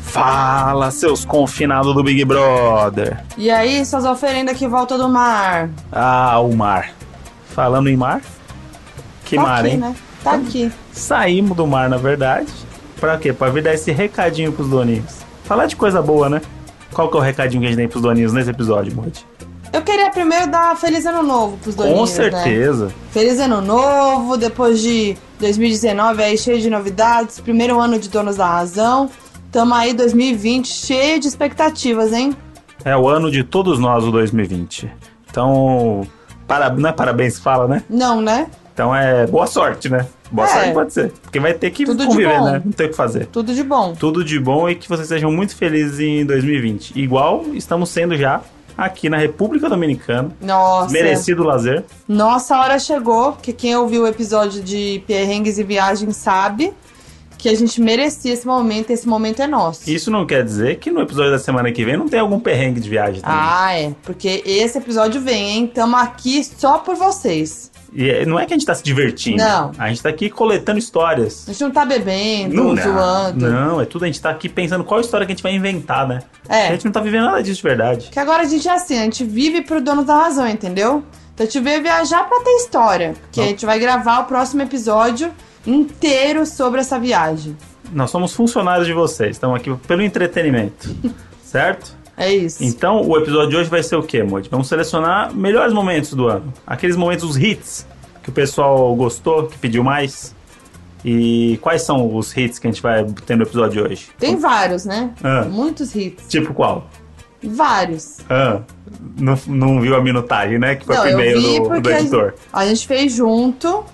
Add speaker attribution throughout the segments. Speaker 1: Fala, seus confinados do Big Brother.
Speaker 2: E aí, essas oferendas que voltam do mar?
Speaker 1: Ah, o mar. Falando em mar, que
Speaker 2: tá
Speaker 1: mar,
Speaker 2: aqui,
Speaker 1: hein?
Speaker 2: né? Tá aqui.
Speaker 1: Saímos do mar, na verdade. Pra quê? Pra vir dar esse recadinho pros doninhos. Falar de coisa boa, né? Qual que é o recadinho que a gente tem pros doninhos nesse episódio, Moody?
Speaker 2: Eu queria primeiro dar Feliz Ano Novo pros dois. né?
Speaker 1: Com certeza.
Speaker 2: Feliz Ano Novo, depois de 2019 aí cheio de novidades, primeiro ano de Donos da Razão. Tamo aí 2020 cheio de expectativas, hein?
Speaker 1: É o ano de todos nós, o 2020. Então, para... não é parabéns que fala, né?
Speaker 2: Não, né?
Speaker 1: Então é boa sorte, né? Boa
Speaker 2: É.
Speaker 1: sorte pode ser. Porque vai ter que
Speaker 2: Tudo de
Speaker 1: conviver,
Speaker 2: bom.
Speaker 1: né? Não tem o que fazer.
Speaker 2: Tudo de bom.
Speaker 1: Tudo de bom e que vocês sejam muito felizes em 2020. Igual estamos sendo já aqui na República Dominicana.
Speaker 2: Nossa.
Speaker 1: Merecido lazer.
Speaker 2: Nossa a hora chegou, porque quem ouviu o episódio de Perrengues e Viagem sabe que a gente merecia esse momento, esse momento é nosso.
Speaker 1: Isso não quer dizer que no episódio da semana que vem não tem algum perrengue de viagem também.
Speaker 2: Ah, é. Porque esse episódio vem, hein? Tamo aqui só por vocês.
Speaker 1: E é- não é que a gente tá se divertindo.
Speaker 2: Não.
Speaker 1: A gente tá aqui coletando histórias.
Speaker 2: A gente não tá bebendo, zoando.
Speaker 1: não, é tudo. A gente tá aqui pensando qual história que a gente vai inventar, né? A
Speaker 2: É.
Speaker 1: gente não tá vivendo nada disso de verdade.
Speaker 2: Que agora a gente é assim, a gente vive pro dono da razão, entendeu? Então a gente veio viajar pra ter história. Porque
Speaker 1: Não.
Speaker 2: a gente vai gravar o próximo episódio inteiro sobre essa viagem.
Speaker 1: Nós somos funcionários de vocês. Estamos aqui pelo entretenimento. certo?
Speaker 2: É isso.
Speaker 1: Então, o episódio de hoje vai ser o quê, Moody? Vamos selecionar melhores momentos do ano. Aqueles momentos, os hits, que o pessoal gostou, que pediu mais. E quais são os hits que a gente vai ter no episódio de hoje?
Speaker 2: Tem vários, né?
Speaker 1: Ah.
Speaker 2: Muitos hits.
Speaker 1: Tipo qual?
Speaker 2: Vários.
Speaker 1: Ah, não, não viu a minutagem, né? Que foi
Speaker 2: Não, eu
Speaker 1: primeiro
Speaker 2: vi
Speaker 1: do, do
Speaker 2: porque a gente-
Speaker 1: editor.
Speaker 2: A gente fez junto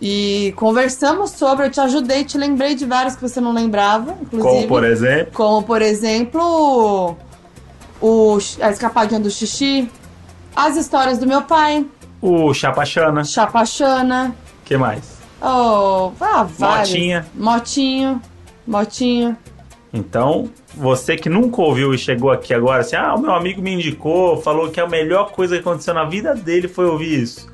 Speaker 2: e conversamos sobre, eu te ajudei, te lembrei de vários que você não lembrava, inclusive.
Speaker 1: Como, por exemplo.
Speaker 2: Como, por exemplo, o, a escapadinha do xixi, as histórias do meu pai,
Speaker 1: O Chapachana.
Speaker 2: Chapachana,
Speaker 1: que mais?
Speaker 2: oh, ah, vários.
Speaker 1: Motinha.
Speaker 2: Motinho,
Speaker 1: Né?
Speaker 2: Motinho.
Speaker 1: Então, você que nunca ouviu e chegou aqui agora, assim, ah, o meu amigo me indicou, falou que a melhor coisa que aconteceu na vida dele foi ouvir isso.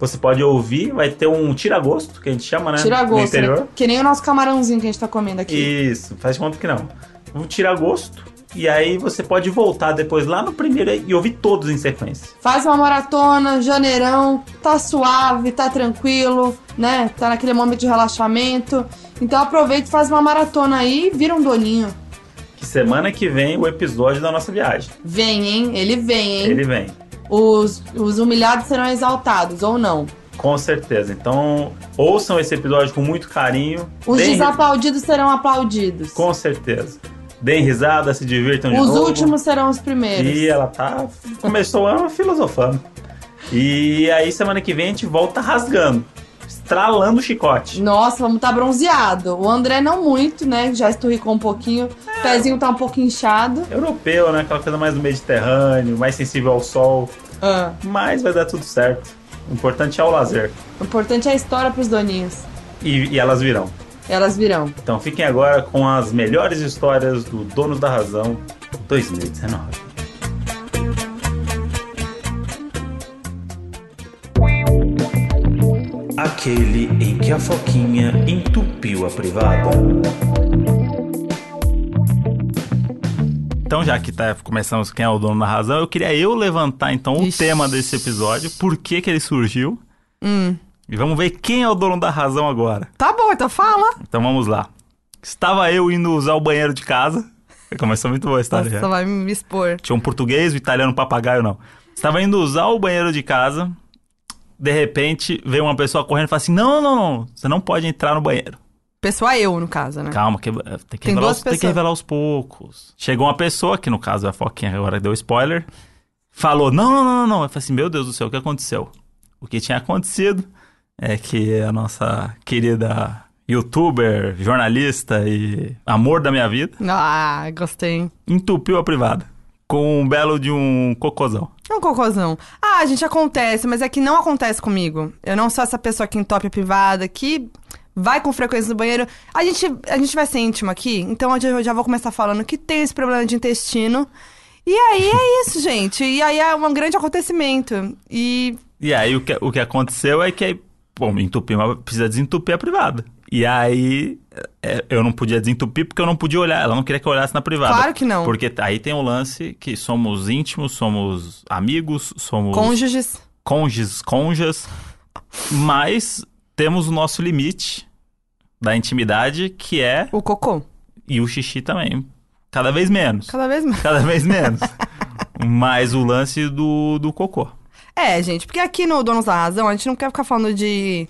Speaker 1: Você pode ouvir, vai ter um tira-gosto, que a gente chama, né?
Speaker 2: Tira
Speaker 1: No
Speaker 2: gosto,
Speaker 1: interior.
Speaker 2: né? Que nem o nosso camarãozinho que a gente tá comendo aqui.
Speaker 1: Isso, faz de conta que não. Um tira-gosto, e aí você pode voltar depois lá no primeiro e ouvir todos em sequência.
Speaker 2: Faz uma maratona, janeirão, tá suave, tá tranquilo, né? Tá naquele momento de relaxamento. Então aproveita e faz uma maratona aí e vira um doninho.
Speaker 1: Que semana que vem o episódio da nossa viagem.
Speaker 2: Vem, hein? Ele vem, hein?
Speaker 1: Ele vem.
Speaker 2: Os, os humilhados serão exaltados, ou não.
Speaker 1: Com certeza. Então, ouçam esse episódio com muito carinho.
Speaker 2: Os
Speaker 1: Deem-
Speaker 2: desaplaudidos serão aplaudidos.
Speaker 1: Com certeza. Deem risada, se divirtam de
Speaker 2: os
Speaker 1: novo.
Speaker 2: últimos serão os primeiros.
Speaker 1: E ela tá. Começou o ano filosofando. E aí, semana que vem, a gente volta rasgando, estralando o chicote.
Speaker 2: Nossa, vamos tá bronzeado. O André não muito, né? Já esturricou um pouquinho. O pezinho tá um pouco inchado.
Speaker 1: Europeu, né? Aquela coisa mais do Mediterrâneo, mais sensível ao sol.
Speaker 2: Ah,
Speaker 1: Mas vai dar tudo certo. O importante é o lazer.
Speaker 2: o importante é a história pros doninhos.
Speaker 1: E, e elas virão.
Speaker 2: Elas virão.
Speaker 1: Então fiquem agora com as melhores histórias do Dono da Razão 2019. Aquele em que a Foquinha entupiu a privada. Então, já que tá, começamos quem é o dono da razão, eu queria eu levantar então o
Speaker 2: Ixi.
Speaker 1: tema desse episódio, por que que ele surgiu. E vamos ver quem é o dono da razão agora.
Speaker 2: Tá bom, então fala.
Speaker 1: Então vamos lá. Estava eu indo usar o banheiro de casa. Começou muito boa a história já.
Speaker 2: vai me expor.
Speaker 1: Tinha um português, um italiano, um papagaio, não. Estava indo usar o banheiro de casa. De repente, veio uma pessoa correndo e falou assim: Não, não, não, você não pode entrar no banheiro.
Speaker 2: Pessoa eu, no caso, né?
Speaker 1: Calma, que- tem, que
Speaker 2: Tem
Speaker 1: revelar,
Speaker 2: duas
Speaker 1: os- tem que
Speaker 2: pessoas.
Speaker 1: revelar aos poucos. Chegou uma pessoa, que no caso é a Foquinha, que agora deu spoiler, falou: não, não, não, não, não. Eu falei assim: meu Deus do céu, o que aconteceu? O que tinha acontecido é que a nossa querida youtuber, jornalista e amor da minha vida
Speaker 3: Ah, gostei.
Speaker 1: entupiu a privada com um belo de um cocôzão.
Speaker 3: É um cocôzão. Ah, gente, acontece, mas é que não acontece comigo. Eu não sou essa pessoa que entope a privada, que vai com frequência no banheiro. A gente, a gente vai ser íntimo aqui, então eu já- eu já vou começar falando que tem esse problema de intestino. E aí é isso, gente. E aí é um grande acontecimento. E
Speaker 1: E aí o que, o que aconteceu é que Bom, entupir, mas precisa desentupir a privada. E aí, é, eu não podia desentupir porque eu não podia olhar. Ela não queria que eu olhasse na privada.
Speaker 2: Claro que não.
Speaker 1: Porque aí tem o lance que somos íntimos, somos amigos, somos
Speaker 2: Cônjuges.
Speaker 1: cônjuges, conjas, mas temos o nosso limite da intimidade, que é.
Speaker 2: O cocô.
Speaker 1: E o xixi também. Cada vez menos.
Speaker 2: Cada vez mais.
Speaker 1: Cada vez menos. mas o lance do, do cocô.
Speaker 2: É, gente, porque aqui no Donos da Razão a gente não quer ficar falando de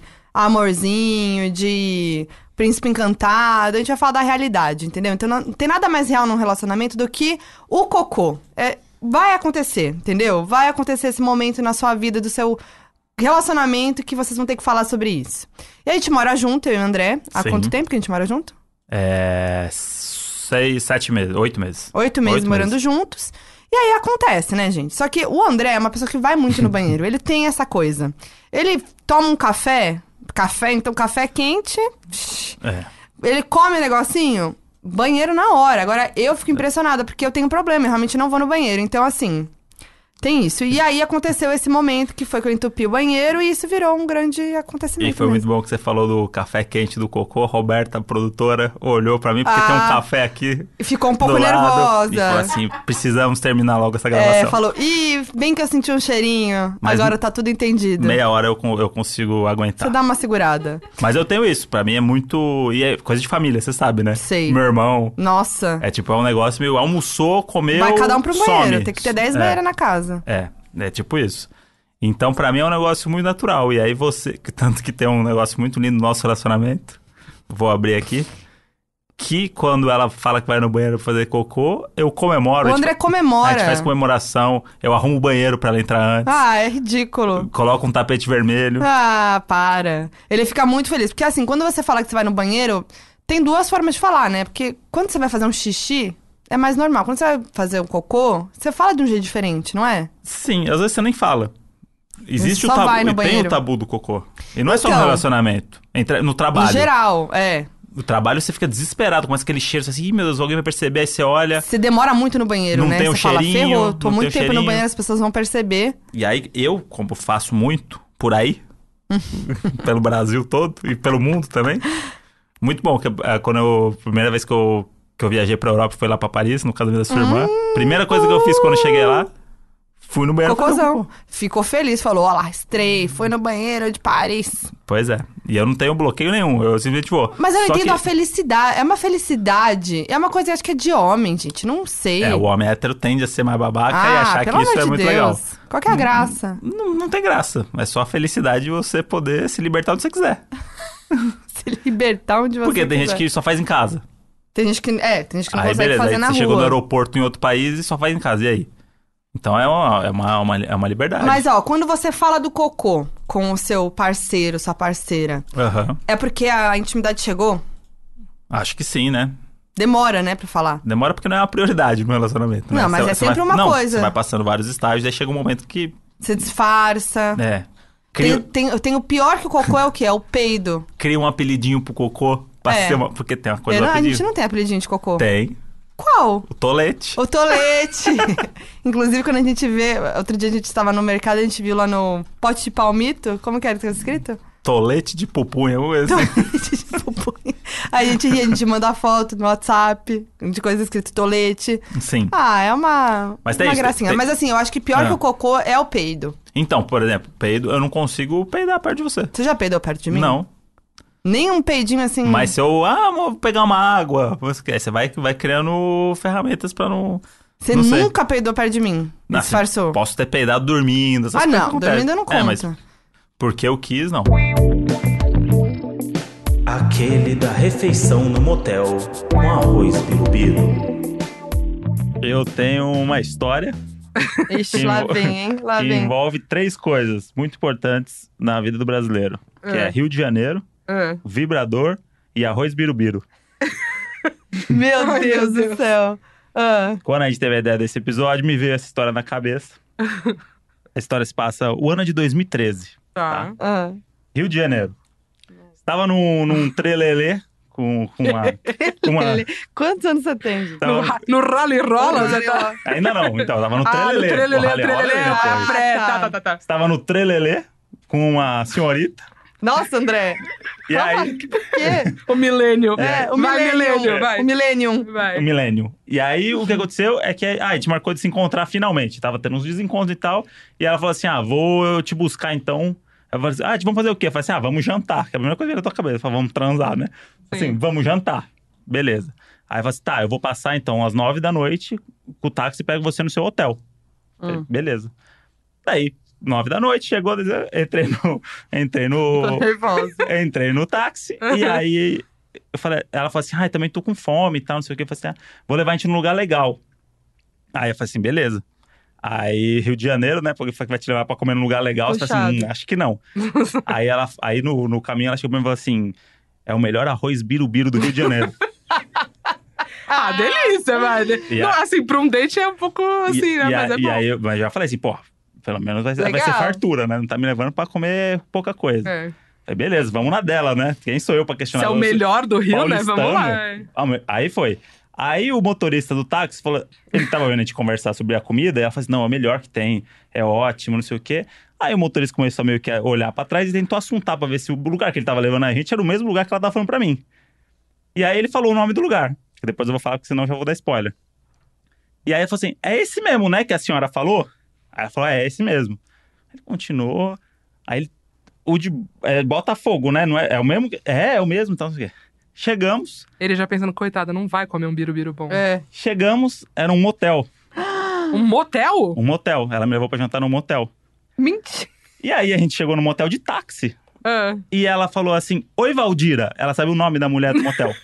Speaker 2: amorzinho, de príncipe encantado, a gente vai falar da realidade, entendeu? Então não não tem nada mais real num relacionamento do que o cocô. É, vai acontecer, entendeu? Vai acontecer esse momento na sua vida do seu relacionamento que vocês vão ter que falar sobre isso. E a gente mora junto, eu e o André. Há
Speaker 1: Sim.
Speaker 2: quanto tempo que a gente mora junto?
Speaker 1: É. Seis, sete meses, oito meses.
Speaker 2: Oito meses
Speaker 1: Oito
Speaker 2: morando juntos. E aí acontece, né, gente? Só que o André é uma pessoa que vai muito no banheiro. Ele tem essa coisa. Ele toma um café, café, então café quente.
Speaker 1: É.
Speaker 2: Ele come um negocinho, banheiro na hora. Agora eu fico impressionada porque eu tenho um problema, eu realmente não vou no banheiro. Então assim, tem isso. E aí aconteceu esse momento que foi que eu entupi o banheiro e isso virou um grande acontecimento. né?
Speaker 1: E foi
Speaker 2: mesmo.
Speaker 1: muito bom que você falou do café quente do cocô. A Roberta, a produtora, olhou pra mim porque
Speaker 2: Ah,
Speaker 1: tem um café aqui.
Speaker 2: Ficou um pouco
Speaker 1: do
Speaker 2: nervosa.
Speaker 1: lado, e falou assim: precisamos terminar logo essa gravação.
Speaker 2: É, falou, ih, bem que eu senti um cheirinho,
Speaker 1: Mas
Speaker 2: agora tá tudo entendido.
Speaker 1: Meia hora eu, con- eu consigo
Speaker 2: Você
Speaker 1: aguentar.
Speaker 2: dá uma segurada.
Speaker 1: Mas eu tenho isso, pra mim é muito. E é coisa de família, você sabe, né?
Speaker 2: Sei.
Speaker 1: Meu irmão.
Speaker 2: Nossa.
Speaker 1: É tipo, é um negócio meio almoçou, comeu.
Speaker 2: Vai cada um pro
Speaker 1: É, some.
Speaker 2: banheiro. Tem que ter né? 10
Speaker 1: é,
Speaker 2: banheiras na casa.
Speaker 1: É, é tipo isso. Então, pra mim é um negócio muito natural. E aí você, que tanto que tem um negócio muito lindo no nosso relacionamento, vou abrir aqui, que quando ela fala que vai no banheiro fazer cocô, eu comemoro. tipo,
Speaker 2: O
Speaker 1: a gente
Speaker 2: André
Speaker 1: fa-
Speaker 2: comemora.
Speaker 1: A gente faz comemoração, eu arrumo o banheiro pra ela entrar antes,
Speaker 2: Ah, é ridículo.
Speaker 1: coloco um tapete vermelho.
Speaker 2: Ah, para. Ele fica muito feliz. Porque assim, quando você fala que você vai no banheiro, tem duas formas de falar, né? Porque quando você vai fazer um xixi, é mais normal. Quando você vai fazer um cocô, você fala de um jeito diferente, não é?
Speaker 1: Sim, às vezes você nem fala. Existe
Speaker 2: Só
Speaker 1: o tabu,
Speaker 2: vai no
Speaker 1: e tem
Speaker 2: banheiro.
Speaker 1: o tabu do cocô. E não é só no
Speaker 2: Então.
Speaker 1: relacionamento, entre, no trabalho.
Speaker 2: Em geral, é.
Speaker 1: No trabalho você fica desesperado, começa aquele cheiro, você assim, Ih, meu Deus, alguém vai perceber, aí você olha...
Speaker 2: Você demora muito no banheiro,
Speaker 1: Não
Speaker 2: né?
Speaker 1: tem o
Speaker 2: você fala,
Speaker 1: cheirinho,
Speaker 2: ferrou, tô
Speaker 1: não
Speaker 2: muito
Speaker 1: tem o
Speaker 2: tempo no
Speaker 1: cheirinho.
Speaker 2: banheiro, as pessoas vão perceber.
Speaker 1: E aí, eu, como faço muito por aí,
Speaker 2: Uhum.
Speaker 1: pelo Brasil todo e pelo mundo também, muito bom. Que, eh, quando eu, primeira vez que eu, que eu viajei pra Europa foi lá pra Paris, no casamento da sua irmã.
Speaker 2: Ah!
Speaker 1: Primeira coisa que eu fiz quando eu cheguei lá, fui no banheiro. fazer um
Speaker 2: Cocôzão.
Speaker 1: cocô.
Speaker 2: Ficou feliz, falou, ó lá, estrei, foi no banheiro de Paris.
Speaker 1: Pois é. E eu não tenho bloqueio nenhum, eu simplesmente vou.
Speaker 2: Mas eu
Speaker 1: Só
Speaker 2: entendo
Speaker 1: que-
Speaker 2: a felicidade. É uma felicidade. É uma coisa que acho que é de homem, gente. Não sei.
Speaker 1: É, o homem hétero tende a ser mais babaca e
Speaker 2: ah,
Speaker 1: achar
Speaker 2: pelo
Speaker 1: que isso
Speaker 2: amor
Speaker 1: é
Speaker 2: de
Speaker 1: muito
Speaker 2: Deus.
Speaker 1: legal. Uhum.
Speaker 2: Qual que é a graça?
Speaker 1: Não, não tem graça. É só a felicidade de você poder se libertar onde você quiser.
Speaker 2: Se libertar onde você
Speaker 1: Porque tem
Speaker 2: quiser.
Speaker 1: gente que só faz em casa.
Speaker 2: Tem gente que... É, tem gente que não
Speaker 1: aí
Speaker 2: consegue
Speaker 1: beleza,
Speaker 2: fazer
Speaker 1: aí
Speaker 2: na
Speaker 1: você
Speaker 2: rua.
Speaker 1: chegou no aeroporto em outro país e só faz em casa, e aí? Então é uma, é uma, uma- é uma liberdade.
Speaker 2: Mas, ó, quando você fala do cocô com o seu parceiro, sua parceira,
Speaker 1: Aham.
Speaker 2: é porque a intimidade chegou?
Speaker 1: Acho que sim, né?
Speaker 2: Demora, né, pra falar.
Speaker 1: Demora porque não é uma prioridade no relacionamento. né?
Speaker 2: Não, mas
Speaker 1: Você-
Speaker 2: é
Speaker 1: você
Speaker 2: sempre
Speaker 1: vai-
Speaker 2: uma
Speaker 1: não,
Speaker 2: coisa.
Speaker 1: Você vai passando vários estágios, aí chega um momento que.
Speaker 2: Você disfarça.
Speaker 1: É. Cria,
Speaker 2: Tem, tem, tem o pior que o cocô é o quê? É o peido.
Speaker 1: cria um apelidinho pro cocô. Pra
Speaker 2: É.
Speaker 1: ser uma, porque tem uma coisa
Speaker 2: Eu
Speaker 1: do
Speaker 2: não- a gente
Speaker 1: apelidinho.
Speaker 2: não tem apelidinho de cocô.
Speaker 1: Tem.
Speaker 2: Qual?
Speaker 1: O tolete.
Speaker 2: O tolete. Inclusive, quando a gente vê. Outro dia a gente estava no mercado, a gente viu lá no pote de palmito. Como que era que estava escrito?
Speaker 1: Tolete de pupunha. alguma coisa assim.
Speaker 2: Tolete de pupunha. a gente ria, a gente manda foto no WhatsApp de coisa escrito tolete.
Speaker 1: Sim.
Speaker 2: Ah, é uma,
Speaker 1: Mas tem
Speaker 2: uma
Speaker 1: isso,
Speaker 2: gracinha.
Speaker 1: tem-
Speaker 2: Mas assim, eu acho que pior
Speaker 1: Ah.
Speaker 2: que o cocô é o peido.
Speaker 1: Então, por exemplo, peido, eu não consigo peidar perto de você.
Speaker 2: Você já peidou perto de mim?
Speaker 1: Não.
Speaker 2: Nem um peidinho assim.
Speaker 1: Mas se eu, ah, vou pegar uma água, você quer, você vai, vai criando ferramentas pra não.
Speaker 2: Você
Speaker 1: não sei.
Speaker 2: nunca peidou perto de mim.
Speaker 1: Não, assim,
Speaker 2: disfarçou.
Speaker 1: Posso ter peidado dormindo, essas
Speaker 2: Ah,
Speaker 1: coisas
Speaker 2: não.
Speaker 1: acontecem.
Speaker 2: Dormindo eu não conto.
Speaker 1: É, mas porque eu quis, não.
Speaker 4: Aquele da refeição no motel com arroz birubiru.
Speaker 1: Eu tenho uma história
Speaker 2: Ixi, lá
Speaker 1: envol-
Speaker 2: vem, hein? Lá
Speaker 1: que
Speaker 2: vem.
Speaker 1: envolve três coisas muito importantes na vida do brasileiro. Que
Speaker 2: Ah.
Speaker 1: é Rio de Janeiro,
Speaker 5: É,
Speaker 2: Ah.
Speaker 1: vibrador e arroz birubiru.
Speaker 2: Meu Deus do céu. Ah.
Speaker 1: Quando a gente teve a ideia desse episódio, me veio essa história na cabeça. a história se passa o ano de 2013.
Speaker 5: Tá.
Speaker 2: Ah.
Speaker 1: Rio de Janeiro. Estava num, num trelelê com, com uma. com uma-
Speaker 2: Quantos anos você tem? gente?
Speaker 5: No,
Speaker 1: tava-
Speaker 5: ra- no rally rola, já tá.
Speaker 1: ainda não, então, tava no
Speaker 5: Ah, no
Speaker 1: trelelê.
Speaker 5: trelelê, ah,
Speaker 1: Porra, olha,
Speaker 5: tá,
Speaker 1: olha
Speaker 5: trelelê,
Speaker 1: aí,
Speaker 5: ah,
Speaker 1: rapaz.
Speaker 5: pré, tá, tá, tá, tá.
Speaker 1: Estava no trelelê com uma senhorita.
Speaker 3: Nossa, André.
Speaker 1: E
Speaker 3: calma,
Speaker 1: aí,
Speaker 3: que- Por quê?
Speaker 5: tá. O milênio.
Speaker 3: É, o
Speaker 5: vai,
Speaker 3: Millennium.
Speaker 5: milênio,
Speaker 3: O
Speaker 5: vai.
Speaker 3: Millennium.
Speaker 1: o
Speaker 5: Vai.
Speaker 1: milênio. E aí, o que aconteceu é que ah, a gente marcou de se encontrar finalmente. Tava tendo uns desencontros e tal. E ela falou assim: ah, vou eu te buscar então. Ela falou assim, ah, vamos fazer o quê? Eu falei assim, ah, vamos jantar. Que é a primeira coisa que veio na tua cabeça. Eu falei, vamos transar, né? Assim, vamos jantar. Beleza. Aí eu falei assim, tá, eu vou passar então às nove da noite com o táxi e pego você no seu hotel. Eu falei, Beleza. Daí, nove da noite, chegou, entrei no... Entrei
Speaker 3: Tô
Speaker 1: no...
Speaker 3: nervosa.
Speaker 1: Eu entrei no táxi e aí eu falei, ela falou assim: ai, também tô com fome e tal, não sei o que. Eu falei assim: ah, vou levar a gente num lugar legal. Aí eu falei assim: beleza. Aí, Rio de Janeiro, né? Porque foi que vai te levar pra comer num lugar legal. Você fala assim:
Speaker 3: Puxado.
Speaker 1: hum, acho que não. aí ela, aí no, no caminho ela chegou pra mim e falou assim: é o melhor arroz birubiru do Rio de Janeiro.
Speaker 5: Ah, delícia, vai.
Speaker 1: Yeah.
Speaker 5: Não, assim, pra um date é um pouco assim,
Speaker 1: e,
Speaker 5: né?
Speaker 1: e,
Speaker 5: mas
Speaker 1: a-
Speaker 5: é
Speaker 1: e
Speaker 5: bom.
Speaker 1: aí, eu- mas já falei assim: pô, pelo menos vai, ser- vai ser
Speaker 3: Legal.
Speaker 1: fartura, né? Não tá me levando pra comer pouca coisa.
Speaker 5: É.
Speaker 1: Aí, beleza, vamos na dela, né? Quem sou eu pra
Speaker 5: Se
Speaker 1: questionar
Speaker 5: é o
Speaker 1: você?
Speaker 5: melhor do Rio, né? Vamos lá.
Speaker 1: paulistano. Ah, mas- Aí foi. Aí o motorista do táxi falou. Ele tava vendo a gente conversar sobre a comida, e ela falou assim: não, é o melhor que tem, é ótimo, não sei o quê. Aí o motorista começou a meio que a olhar pra trás e tentou assuntar pra ver se o lugar que ele tava levando a gente era o mesmo lugar que ela tava falando pra mim. E aí ele falou o nome do lugar. que Depois eu vou falar, porque senão eu já vou dar spoiler. E aí ele falou assim: é esse mesmo, né? Que a senhora falou? Aí ela falou: é, é esse mesmo. Ele continuou. Aí ele. O de é, Botafogo, né? Não é, é o mesmo? que- É, é o mesmo, então não sei o quê. Chegamos.
Speaker 5: Ele já pensando, coitada, não vai comer um birubiru bom.
Speaker 3: É.
Speaker 1: Chegamos, era um motel.
Speaker 5: Um motel?
Speaker 1: Um motel. Ela me levou pra jantar num motel.
Speaker 3: Mentira.
Speaker 1: E aí a gente chegou no motel de táxi.
Speaker 5: Ah.
Speaker 1: E ela falou assim: Oi, Valdira. Ela sabe o nome da mulher do motel.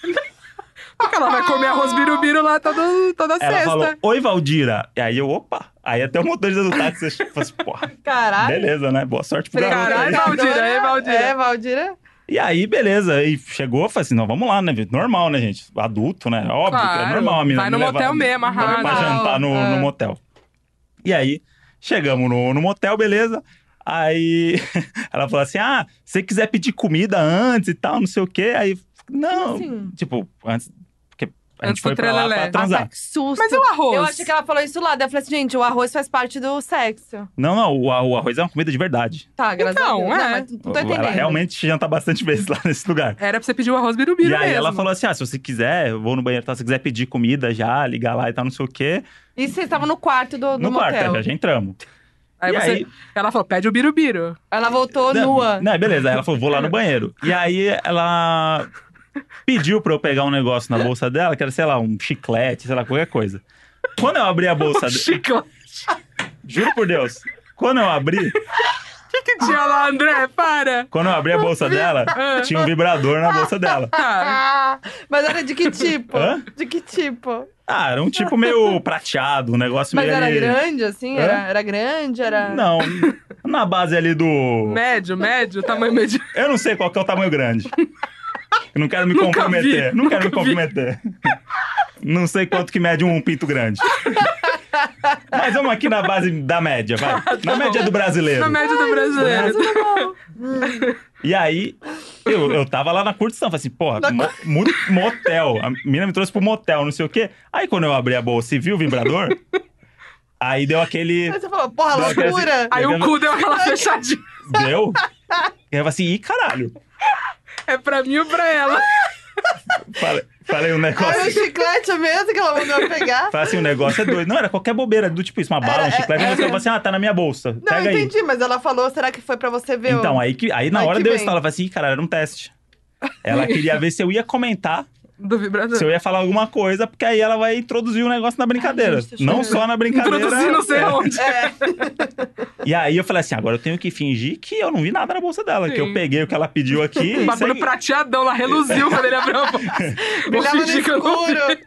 Speaker 5: Porque ela vai comer arroz birubiru lá todo, toda
Speaker 1: ela
Speaker 5: sexta.
Speaker 1: falou: Oi, Valdira. E aí eu, opa. Aí até o motorista do táxi falou assim: Porra,
Speaker 3: Caralho.
Speaker 1: beleza, é né? Boa sorte pro
Speaker 5: Caralho,
Speaker 1: garoto. aí."
Speaker 5: Valdira,
Speaker 3: Agora-
Speaker 5: hein, Valdira?
Speaker 3: É, Valdira.
Speaker 1: E aí, beleza. E chegou, falei assim: Não, vamos lá, né? Normal, né, gente? Adulto, né? Óbvio que é
Speaker 5: Claro.
Speaker 1: normal a menina.
Speaker 5: Vai no
Speaker 1: me
Speaker 5: motel
Speaker 1: levar-
Speaker 5: mesmo,
Speaker 1: Vamos é pra
Speaker 5: arrasa.
Speaker 1: jantar no,
Speaker 3: Ah.
Speaker 1: no motel. E aí, chegamos no, no motel, beleza. Aí ela falou assim: ah, se você quiser pedir comida antes e tal, não sei o quê. Aí, não,
Speaker 3: assim?
Speaker 1: tipo, antes. Porque a
Speaker 5: Antes
Speaker 1: gente foi
Speaker 5: do
Speaker 1: pra lá
Speaker 5: trelelé.
Speaker 1: pra
Speaker 3: Ah, tá,
Speaker 1: transar.
Speaker 3: que susto.
Speaker 5: Mas e o arroz?
Speaker 3: Eu achei que ela falou isso lá. Daí eu falei assim, gente, o arroz faz parte do sexo.
Speaker 1: Não, não, o, a- o arroz é uma comida de verdade.
Speaker 3: Tá, graças
Speaker 5: Então,
Speaker 3: a Deus.
Speaker 5: é.
Speaker 3: Não, mas não tô
Speaker 1: Ela
Speaker 3: entendendo.
Speaker 1: realmente janta bastante vezes lá nesse lugar.
Speaker 5: Era pra você pedir o arroz birubiru
Speaker 1: E aí
Speaker 5: mesmo.
Speaker 1: ela falou assim: ah, se você quiser, eu vou no banheiro, e tal, se você quiser pedir comida já, ligar lá e tal, não sei o quê.
Speaker 3: E vocês estavam no quarto do, do
Speaker 1: no quarto, é,
Speaker 3: motel.
Speaker 1: já, já entramos.
Speaker 5: Aí
Speaker 1: e
Speaker 5: você-
Speaker 1: aí-
Speaker 5: Ela falou, pede o birubiru.
Speaker 3: Ela voltou nua.
Speaker 1: Não, beleza. Aí ela falou, vou lá no banheiro. E aí ela pediu pra eu pegar um negócio na bolsa dela, que era, sei lá, um chiclete, sei lá, qualquer coisa. Quando eu abri a bolsa dela,
Speaker 5: Chico,
Speaker 1: juro por Deus, quando eu abri,
Speaker 5: que tinha lá, André? Para!
Speaker 1: quando eu abri a bolsa dela, tinha um vibrador na bolsa dela.
Speaker 5: Tá.
Speaker 3: Ah, mas era de que tipo?
Speaker 1: Hã?
Speaker 3: De que tipo?
Speaker 1: Ah, era um tipo meio prateado, um negócio
Speaker 3: Mas
Speaker 1: meio
Speaker 3: era
Speaker 1: ali-
Speaker 3: grande, assim?
Speaker 1: Hã?
Speaker 3: Era, era grande? Era.
Speaker 1: Não, na base ali do...
Speaker 5: Médio, médio, tamanho médio.
Speaker 1: Eu não sei qual que é o tamanho grande. Eu não quero me
Speaker 5: Nunca
Speaker 1: comprometer.
Speaker 5: vi,
Speaker 1: não quero me
Speaker 5: nunca vi.
Speaker 1: comprometer. Não sei quanto que mede um pinto grande. Mas vamos aqui na base da média, vai. Na média do brasileiro.
Speaker 5: Tá Na média do brasileiro.
Speaker 1: E aí, eu, eu tava lá na curtição. Falei assim, porra, mo- mu- motel. A menina me trouxe pro motel, não sei o quê. Aí quando eu abri a bolsa e vi o vibrador, aí deu aquele...
Speaker 3: Aí Você falou, porra,
Speaker 1: Não, é assim, quer
Speaker 3: loucura!
Speaker 1: dizer-
Speaker 5: Aí o cu deu aquela fechadinha.
Speaker 1: Deu. E eu falei assim, ih, caralho.
Speaker 5: É pra mim ou pra ela?
Speaker 1: Falei, falei um negócio...
Speaker 3: Era o chiclete mesmo que ela mandou pegar.
Speaker 1: Fala assim, o negócio é doido. Não, era qualquer bobeira do tipo isso, uma bala, um chiclete. Você fala assim, ah, tá na minha bolsa.
Speaker 3: é, Não,
Speaker 1: Pega aí.
Speaker 3: entendi, mas ela falou, será que foi pra você ver? o-
Speaker 1: Então, aí, que, aí na
Speaker 3: Ai,
Speaker 1: hora
Speaker 3: que
Speaker 1: deu
Speaker 3: bem.
Speaker 1: isso, ela falou assim, "Ih, cara, era um teste. Ela queria ver se eu ia comentar,
Speaker 5: Do
Speaker 1: se eu
Speaker 5: vibrador.
Speaker 1: ia falar alguma coisa, porque aí ela vai introduzir o negócio na brincadeira.
Speaker 3: Ah, gente, tô
Speaker 1: não
Speaker 3: chorando.
Speaker 1: só na brincadeira.
Speaker 5: Introduzir não sei
Speaker 1: É.
Speaker 5: onde.
Speaker 1: E aí eu falei assim, agora eu tenho que fingir que eu não vi nada na bolsa dela, que eu
Speaker 5: Sim.
Speaker 1: peguei o que ela pediu aqui.
Speaker 5: Um
Speaker 1: e
Speaker 5: bagulho
Speaker 1: segue-
Speaker 5: prateadão lá, reluziu quando ele abriu a boca. Vou
Speaker 3: Brilhava no
Speaker 5: fingir que eu não vi.
Speaker 3: escuro.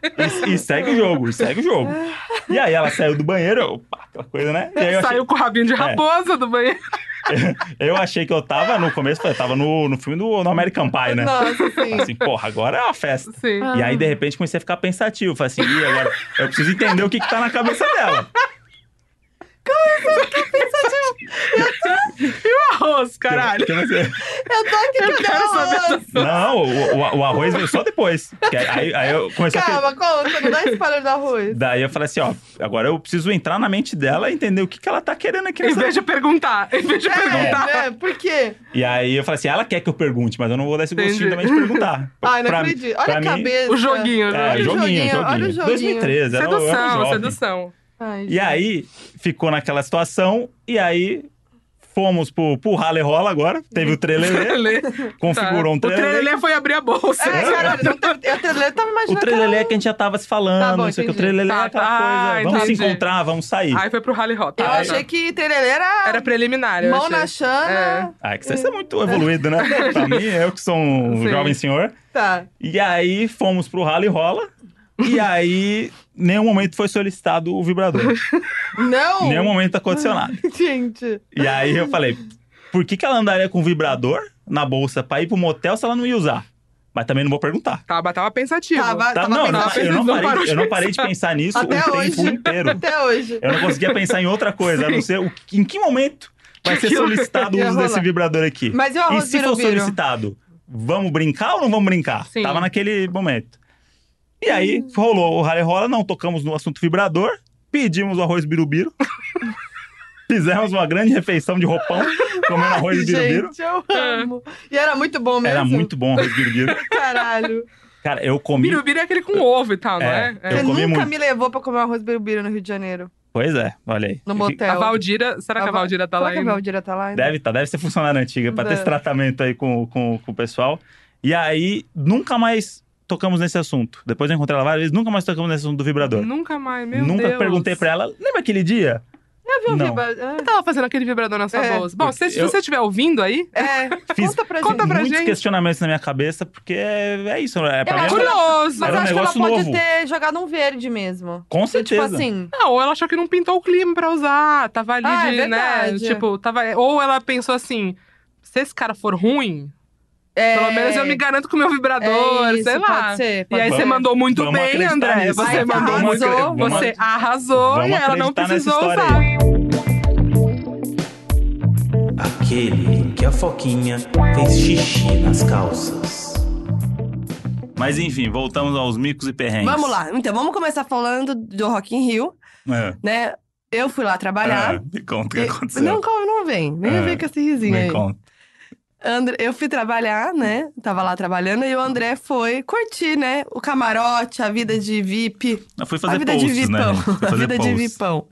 Speaker 1: E, e segue o jogo, e segue o jogo. E aí ela saiu do banheiro, eu- pá, aquela coisa, né? E aí eu achei- É.
Speaker 5: Saiu com o rabinho de raposa do banheiro.
Speaker 1: Eu achei que eu tava, no começo, eu tava no, no filme do no American Pie, né?
Speaker 3: Nossa, sim.
Speaker 1: Assim, porra, agora é uma festa.
Speaker 5: Sim.
Speaker 3: Ah.
Speaker 1: E aí, de repente, comecei a ficar pensativo. Falei assim, Ih, agora eu preciso entender o que que tá na cabeça dela.
Speaker 5: Arroz, caralho.
Speaker 1: Que você-
Speaker 3: Eu tô aqui,
Speaker 5: Eu
Speaker 3: cadê
Speaker 5: quero
Speaker 3: o
Speaker 5: saber
Speaker 3: arroz?
Speaker 1: Não, o, o- o arroz veio só depois. Que Aí, aí eu comecei a...
Speaker 3: Calma, conta, não dá spoiler do arroz.
Speaker 1: Daí eu falei assim, ó, agora eu preciso entrar na mente dela e entender o que, que ela tá querendo aqui
Speaker 5: Em
Speaker 1: nessa...
Speaker 5: vez de perguntar, em vez de perguntar.
Speaker 3: É, né? Por quê?
Speaker 1: E aí eu falei assim, ela quer que eu pergunte, mas eu não vou dar esse gostinho
Speaker 5: Entendi.
Speaker 1: também de perguntar.
Speaker 3: Ai, não
Speaker 1: Pra-
Speaker 3: acredito. Olha
Speaker 1: pra
Speaker 3: a
Speaker 1: mim-
Speaker 3: cabeça.
Speaker 5: O joguinho, né?
Speaker 1: É,
Speaker 3: Olha o
Speaker 1: joguinho,
Speaker 3: joguinho,
Speaker 1: joguinho.
Speaker 3: olha o joguinho.
Speaker 1: 2013, era, eu era um
Speaker 5: Sedução,
Speaker 1: jovem.
Speaker 5: sedução.
Speaker 3: Ai,
Speaker 1: E aí, ficou naquela situação, e aí fomos pro, pro Rale Rola agora, teve o trelelê,
Speaker 5: Lê.
Speaker 1: configurou um
Speaker 5: Tá. O
Speaker 1: trelelê.
Speaker 5: trelelê foi abrir a bolsa.
Speaker 3: É, caralho, não teve- eu tava- eu tava
Speaker 1: O
Speaker 3: imaginando. um-
Speaker 1: trelelê é que a gente já tava se falando,
Speaker 3: Tá bom,
Speaker 1: não sei o que, o
Speaker 3: entendi.
Speaker 1: trelelê é
Speaker 5: Tá,
Speaker 1: aquela
Speaker 5: tá,
Speaker 1: coisa, vamos se
Speaker 5: entendi.
Speaker 1: encontrar, vamos sair.
Speaker 5: Aí foi pro Rally Hot.
Speaker 3: Eu
Speaker 5: Ah,
Speaker 3: achei que trelelê era,
Speaker 5: Era preliminar, eu
Speaker 3: mão
Speaker 5: achei.
Speaker 3: na chana.
Speaker 1: Ah, que você é muito evoluído, né? pra mim, eu que sou um
Speaker 5: Sim.
Speaker 1: jovem senhor.
Speaker 3: Tá.
Speaker 1: E aí fomos pro ralo e rola. E aí, nenhum momento foi solicitado o vibrador.
Speaker 3: Não!
Speaker 1: nenhum momento aconteceu nada.
Speaker 3: Gente.
Speaker 1: E aí eu falei, por que, que ela andaria com vibrador na bolsa pra ir pro motel se ela não ia usar? Mas também não vou perguntar.
Speaker 5: Tava, tava pensativo.
Speaker 3: Ah, Tava-
Speaker 1: Tá, não,
Speaker 3: pensando-
Speaker 1: não, eu, não
Speaker 5: não parou
Speaker 1: parei,
Speaker 5: de
Speaker 1: eu não parei de pensar nisso
Speaker 3: Até
Speaker 1: o
Speaker 3: hoje.
Speaker 1: tempo inteiro.
Speaker 3: Até hoje.
Speaker 1: Eu não conseguia pensar em outra coisa, a não ser o- em que momento vai ser
Speaker 5: Que horror.
Speaker 1: solicitado o
Speaker 3: Ia
Speaker 1: uso desse
Speaker 3: rolar.
Speaker 1: vibrador aqui.
Speaker 3: Mas e o
Speaker 1: E
Speaker 3: arroz
Speaker 1: se for
Speaker 3: birubiru?
Speaker 1: solicitado, vamos brincar ou não vamos brincar?
Speaker 5: Sim.
Speaker 1: Tava naquele momento. E aí
Speaker 3: Hum.
Speaker 1: rolou o rally rola, não tocamos no assunto vibrador, pedimos o arroz birubiru. Fizemos uma grande refeição de roupão, comendo arroz birubiru.
Speaker 3: Gente, eu amo. E era muito bom mesmo.
Speaker 1: Era muito bom o arroz birubiru.
Speaker 3: Caralho.
Speaker 1: Cara, eu comi.
Speaker 5: Birubira é aquele com ovo e tal, não é?
Speaker 1: É,
Speaker 5: É.
Speaker 1: eu-
Speaker 3: Você
Speaker 1: comi
Speaker 3: nunca
Speaker 1: muito.
Speaker 3: me levou pra comer arroz birubiru no Rio de Janeiro.
Speaker 1: Pois é, olha aí.
Speaker 3: No
Speaker 1: Fica-
Speaker 3: motel.
Speaker 5: A Valdira, será que a
Speaker 3: Val-
Speaker 5: Valdira tá lá
Speaker 3: Será que a
Speaker 5: ainda?
Speaker 3: Valdira tá lá ainda?
Speaker 1: Deve tá, deve ser funcionária antiga pra ter
Speaker 3: Deve.
Speaker 1: esse tratamento aí com, com, com o pessoal. E aí, nunca mais tocamos nesse assunto. Depois eu encontrei ela várias vezes, nunca mais tocamos nesse assunto do vibrador.
Speaker 5: Nunca mais, meu
Speaker 1: Nunca
Speaker 5: Deus.
Speaker 1: perguntei pra ela, lembra aquele dia?
Speaker 3: Eu vi um
Speaker 1: Não.
Speaker 3: vibra- Ah.
Speaker 5: Você tava fazendo aquele vibrador na sua
Speaker 3: É.
Speaker 5: bolsa. Bom, se, se
Speaker 1: Eu-
Speaker 5: você estiver ouvindo aí,
Speaker 3: É,
Speaker 1: Fiz-
Speaker 3: conta pra
Speaker 1: Tem
Speaker 3: gente.
Speaker 5: Conta pra
Speaker 1: muitos
Speaker 5: gente.
Speaker 1: questionamentos na minha cabeça, porque é, é isso. É, pra
Speaker 3: Eu
Speaker 1: mim
Speaker 5: é
Speaker 3: acho
Speaker 1: era-
Speaker 3: que
Speaker 5: curioso.
Speaker 3: Mas
Speaker 1: Era um
Speaker 3: eu acho que ela
Speaker 1: negócio
Speaker 3: pode
Speaker 1: novo.
Speaker 3: ter jogado um verde mesmo.
Speaker 1: Com
Speaker 3: Tipo
Speaker 1: certeza.
Speaker 3: assim.
Speaker 5: Não, ou ela achou que não pintou o clima pra usar, tava ali
Speaker 3: Ah, é
Speaker 5: de, né,
Speaker 3: verdade.
Speaker 5: tipo, tava, ou ela pensou assim, se esse cara for ruim,
Speaker 3: é,
Speaker 5: pelo menos eu me garanto com o meu vibrador,
Speaker 3: é isso,
Speaker 5: sei lá.
Speaker 3: Pode ser,
Speaker 5: E
Speaker 3: pode
Speaker 5: aí
Speaker 3: ser.
Speaker 5: você mandou muito
Speaker 1: Vamos
Speaker 5: bem,
Speaker 1: acreditar
Speaker 5: André,
Speaker 1: nisso.
Speaker 5: você
Speaker 3: Ai,
Speaker 5: mandou
Speaker 3: arrasou,
Speaker 5: muito,
Speaker 1: vamos
Speaker 5: você
Speaker 1: acre-
Speaker 5: arrasou e
Speaker 1: vamos
Speaker 5: ela não
Speaker 1: acreditar nessa
Speaker 5: precisou
Speaker 1: história
Speaker 5: usar.
Speaker 6: Aquele que a Foquinha fez xixi nas calças.
Speaker 1: Mas enfim, voltamos aos micos e perrengues.
Speaker 2: Vamos lá. Então, vamos começar falando do Rock in Rio,
Speaker 1: É,
Speaker 2: né? Eu fui lá
Speaker 1: é,
Speaker 2: trabalhar.
Speaker 1: me conta o
Speaker 2: E-
Speaker 1: que aconteceu.
Speaker 2: é, Não, calma, não vem. Nem
Speaker 1: É,
Speaker 2: vem com esse risinho
Speaker 1: me
Speaker 2: aí.
Speaker 1: conta.
Speaker 2: André, eu fui trabalhar, né? Tava lá trabalhando e o André foi curtir, né? O camarote, a vida de VIP.
Speaker 1: Eu fui
Speaker 2: a
Speaker 1: fazer
Speaker 2: vida de
Speaker 1: posts, né?
Speaker 2: VIPão.
Speaker 1: Fui
Speaker 2: a
Speaker 1: fazer
Speaker 2: vida de
Speaker 1: posts.
Speaker 2: VIPão.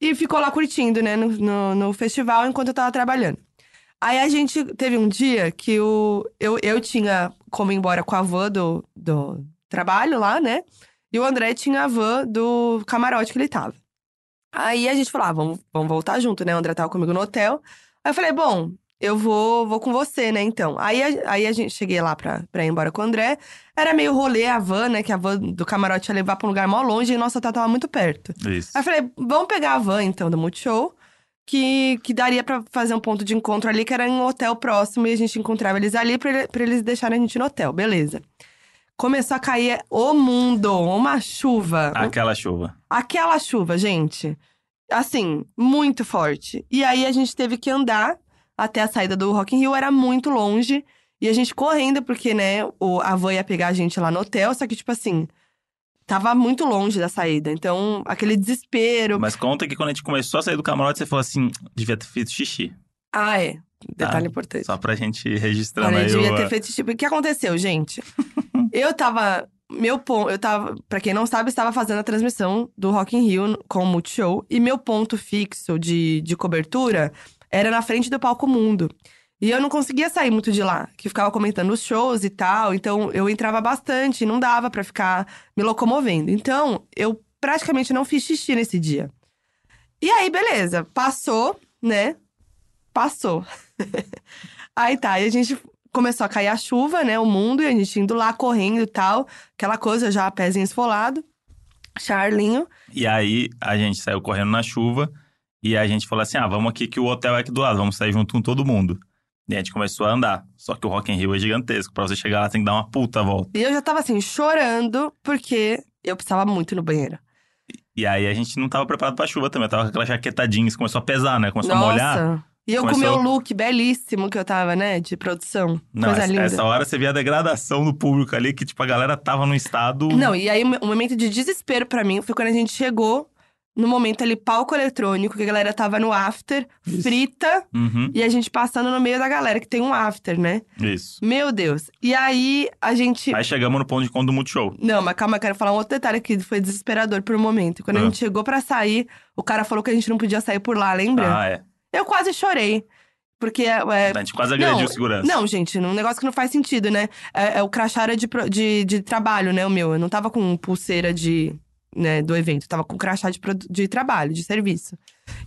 Speaker 2: E ficou lá curtindo, né? No, no, no festival enquanto eu tava trabalhando. Aí a gente teve um dia que o, eu, eu tinha como ir embora com a van do, do trabalho lá, né? E o André tinha a van do camarote que ele tava. Aí a gente falou: ah, vamos, vamos voltar junto, né? O André tava comigo no hotel. Aí eu falei: bom, eu vou, vou com você, né? Então. Aí a, aí a gente cheguei lá pra, pra ir embora com o André. Era meio rolê a van, né? Que a van do camarote ia levar pra um lugar mó longe e nossa, tá tava muito perto.
Speaker 1: Isso.
Speaker 2: Aí eu falei, vamos pegar a van então do Multishow, que, que daria pra fazer um ponto de encontro ali, que era em um hotel próximo e a gente encontrava eles ali pra, ele- pra eles deixarem a gente no hotel, beleza. Começou a cair o mundo, uma chuva.
Speaker 1: Aquela chuva.
Speaker 2: Aquela chuva, gente, assim, muito forte. E aí a gente teve que andar até a saída do Rock in Rio, era muito longe. E a gente correndo, porque, né, o, a van ia pegar a gente lá no hotel, só que, tipo assim, tava muito longe da saída. Então, aquele desespero.
Speaker 1: Mas conta que quando a gente começou a sair do camarote, você falou assim: devia ter feito xixi.
Speaker 2: Ah, é. Detalhe importante.
Speaker 1: Só pra gente registrar né? ah,
Speaker 2: Olha,
Speaker 1: aí.
Speaker 2: eu devia
Speaker 1: o-
Speaker 2: ter feito esse tipo. O que aconteceu, gente? eu tava. Meu ponto. Eu tava. Pra quem não sabe, eu estava fazendo a transmissão do Rock in Rio com o Multishow. E meu ponto fixo de, de cobertura era na frente do palco mundo. E eu não conseguia sair muito de lá, que ficava comentando os shows e tal. Então eu entrava bastante, não dava pra ficar me locomovendo. Então eu praticamente não fiz xixi nesse dia. E aí, beleza, passou, né? Passou. aí tá, e a gente começou a cair a chuva, né? O mundo, e a gente indo lá correndo e tal. Aquela coisa já, pezinho esfolado. Charlinho.
Speaker 1: E aí a gente saiu correndo na chuva e a gente falou assim: ah, vamos aqui que o hotel é aqui do lado, vamos sair junto com todo mundo. E a gente começou a andar. Só que o Rock in Rio é gigantesco. Pra você chegar lá, tem que dar uma puta volta.
Speaker 2: E eu já tava assim, chorando, porque eu precisava muito ir no banheiro.
Speaker 1: E aí a gente não tava preparado pra chuva também. Eu tava com aquela jaqueta jeans, começou a pesar, né? Começou a molhar.
Speaker 2: Nossa. E eu com o meu
Speaker 1: Começou-
Speaker 2: look belíssimo que eu tava, né? De produção.
Speaker 1: Não,
Speaker 2: Coisa
Speaker 1: essa,
Speaker 2: linda.
Speaker 1: essa hora você via a degradação do público ali, que tipo, a galera tava num estado.
Speaker 2: Não, e aí o meu- o momento de desespero pra mim foi quando a gente chegou no momento ali palco eletrônico, que a galera tava no after, frita,
Speaker 1: Uhum,
Speaker 2: e a gente passando no meio da galera, que tem um after, né?
Speaker 1: isso.
Speaker 2: Meu Deus. E aí a gente.
Speaker 1: Aí chegamos no ponto de conta do Multishow.
Speaker 2: Não, mas calma, eu quero falar um outro detalhe que foi desesperador por um momento. Quando
Speaker 1: Ah.
Speaker 2: a gente chegou pra sair, o cara falou que a gente não podia sair por lá, lembra?
Speaker 1: Ah, é.
Speaker 2: Eu quase chorei. Porque é,
Speaker 1: A gente quase agrediu o segurança.
Speaker 2: Não, gente, um negócio que não faz sentido, né? É, é o crachá era de, pro- de, de trabalho, né, o meu. Eu não tava com pulseira de, né, do evento. Eu tava com crachá de, produ- de trabalho, de serviço.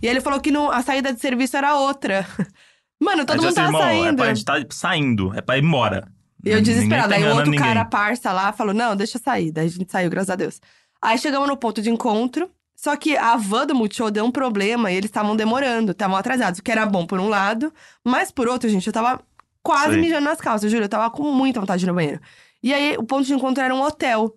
Speaker 2: E aí ele falou que não, a saída de serviço era outra. Mano, todo
Speaker 1: Aí
Speaker 2: mundo
Speaker 1: disse,
Speaker 2: tava
Speaker 1: irmão, É
Speaker 2: saindo.
Speaker 1: pra, a gente tá saindo, é pra ir embora.
Speaker 2: E eu
Speaker 1: Ninguém
Speaker 2: desesperada.
Speaker 1: tá
Speaker 2: Aí o outro
Speaker 1: enganando ninguém.
Speaker 2: cara, parça lá, falou, não, deixa eu sair. Daí a gente saiu, graças a Deus. Aí chegamos no ponto de encontro. Só que a van do Multishow deu um problema e eles estavam demorando, estavam atrasados. O que era bom por um lado, mas por outro, gente, eu tava quase
Speaker 1: Sei.
Speaker 2: mijando nas calças, eu juro. Eu tava com muita vontade de ir no banheiro. E aí, o ponto de encontro era um hotel.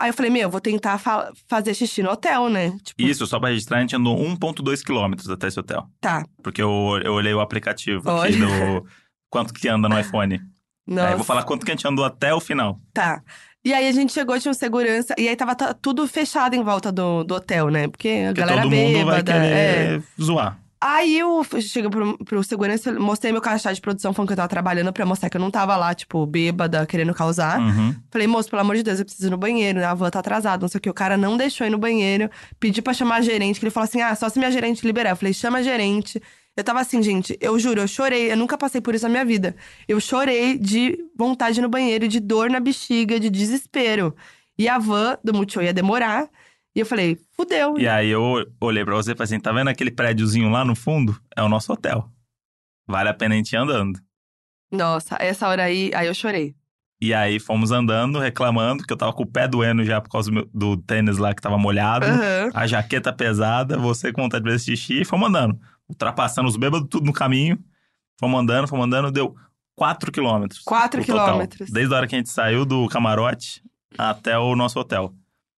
Speaker 2: Aí eu falei, meu, vou tentar fa- fazer xixi no hotel, né? Tipo,
Speaker 1: Isso, só pra registrar, a gente andou 1,2 quilômetros até esse hotel.
Speaker 2: tá.
Speaker 1: Porque eu, eu olhei o aplicativo
Speaker 2: Olha.
Speaker 1: aqui do. Quanto que anda no iPhone? Aí eu vou
Speaker 2: Nossa.
Speaker 1: falar quanto que a gente andou até o final.
Speaker 2: Tá. E aí a gente chegou, tinha um segurança, e aí tava ta- tudo fechado em volta do, do hotel, né? Porque a
Speaker 1: Porque
Speaker 2: galera
Speaker 1: todo
Speaker 2: bêbada.
Speaker 1: mundo vai
Speaker 2: é.
Speaker 1: querer zoar.
Speaker 2: Aí eu cheguei pro, pro segurança, eu mostrei meu crachá de produção, falando que eu tava trabalhando pra mostrar que eu não tava lá, tipo, bêbada, querendo causar.
Speaker 1: Uhum.
Speaker 2: Falei, moço, pelo amor de Deus, eu preciso ir no banheiro, né? a van tá atrasada, não sei o que. O cara não deixou ir no banheiro, pedi pra chamar a gerente, que ele falou assim: ah, só se minha gerente liberar. Eu falei, chama a gerente. Eu tava assim, gente, eu juro, eu chorei, eu nunca passei por isso na minha vida. Eu chorei de vontade de ir no banheiro, de dor na bexiga, de desespero. E a van do Multishow ia demorar. E eu falei, fudeu.
Speaker 1: E aí eu olhei pra você e falei assim: tá vendo aquele prédiozinho lá no fundo? É o nosso hotel. Vale a pena a gente ir andando.
Speaker 2: Nossa, essa hora aí, aí eu chorei.
Speaker 1: E aí fomos andando, reclamando, que eu tava com o pé doendo já por causa do, meu- do tênis lá que tava molhado.
Speaker 2: Aham.
Speaker 1: A jaqueta pesada, você com vontade de fazer xixi, e fomos andando. Ultrapassando os bêbados, tudo no caminho. Fomos andando, fomos andando, deu 4 quilômetros.
Speaker 2: Quatro
Speaker 1: o total.
Speaker 2: quilômetros.
Speaker 1: Desde a hora que a gente saiu do camarote até o nosso hotel.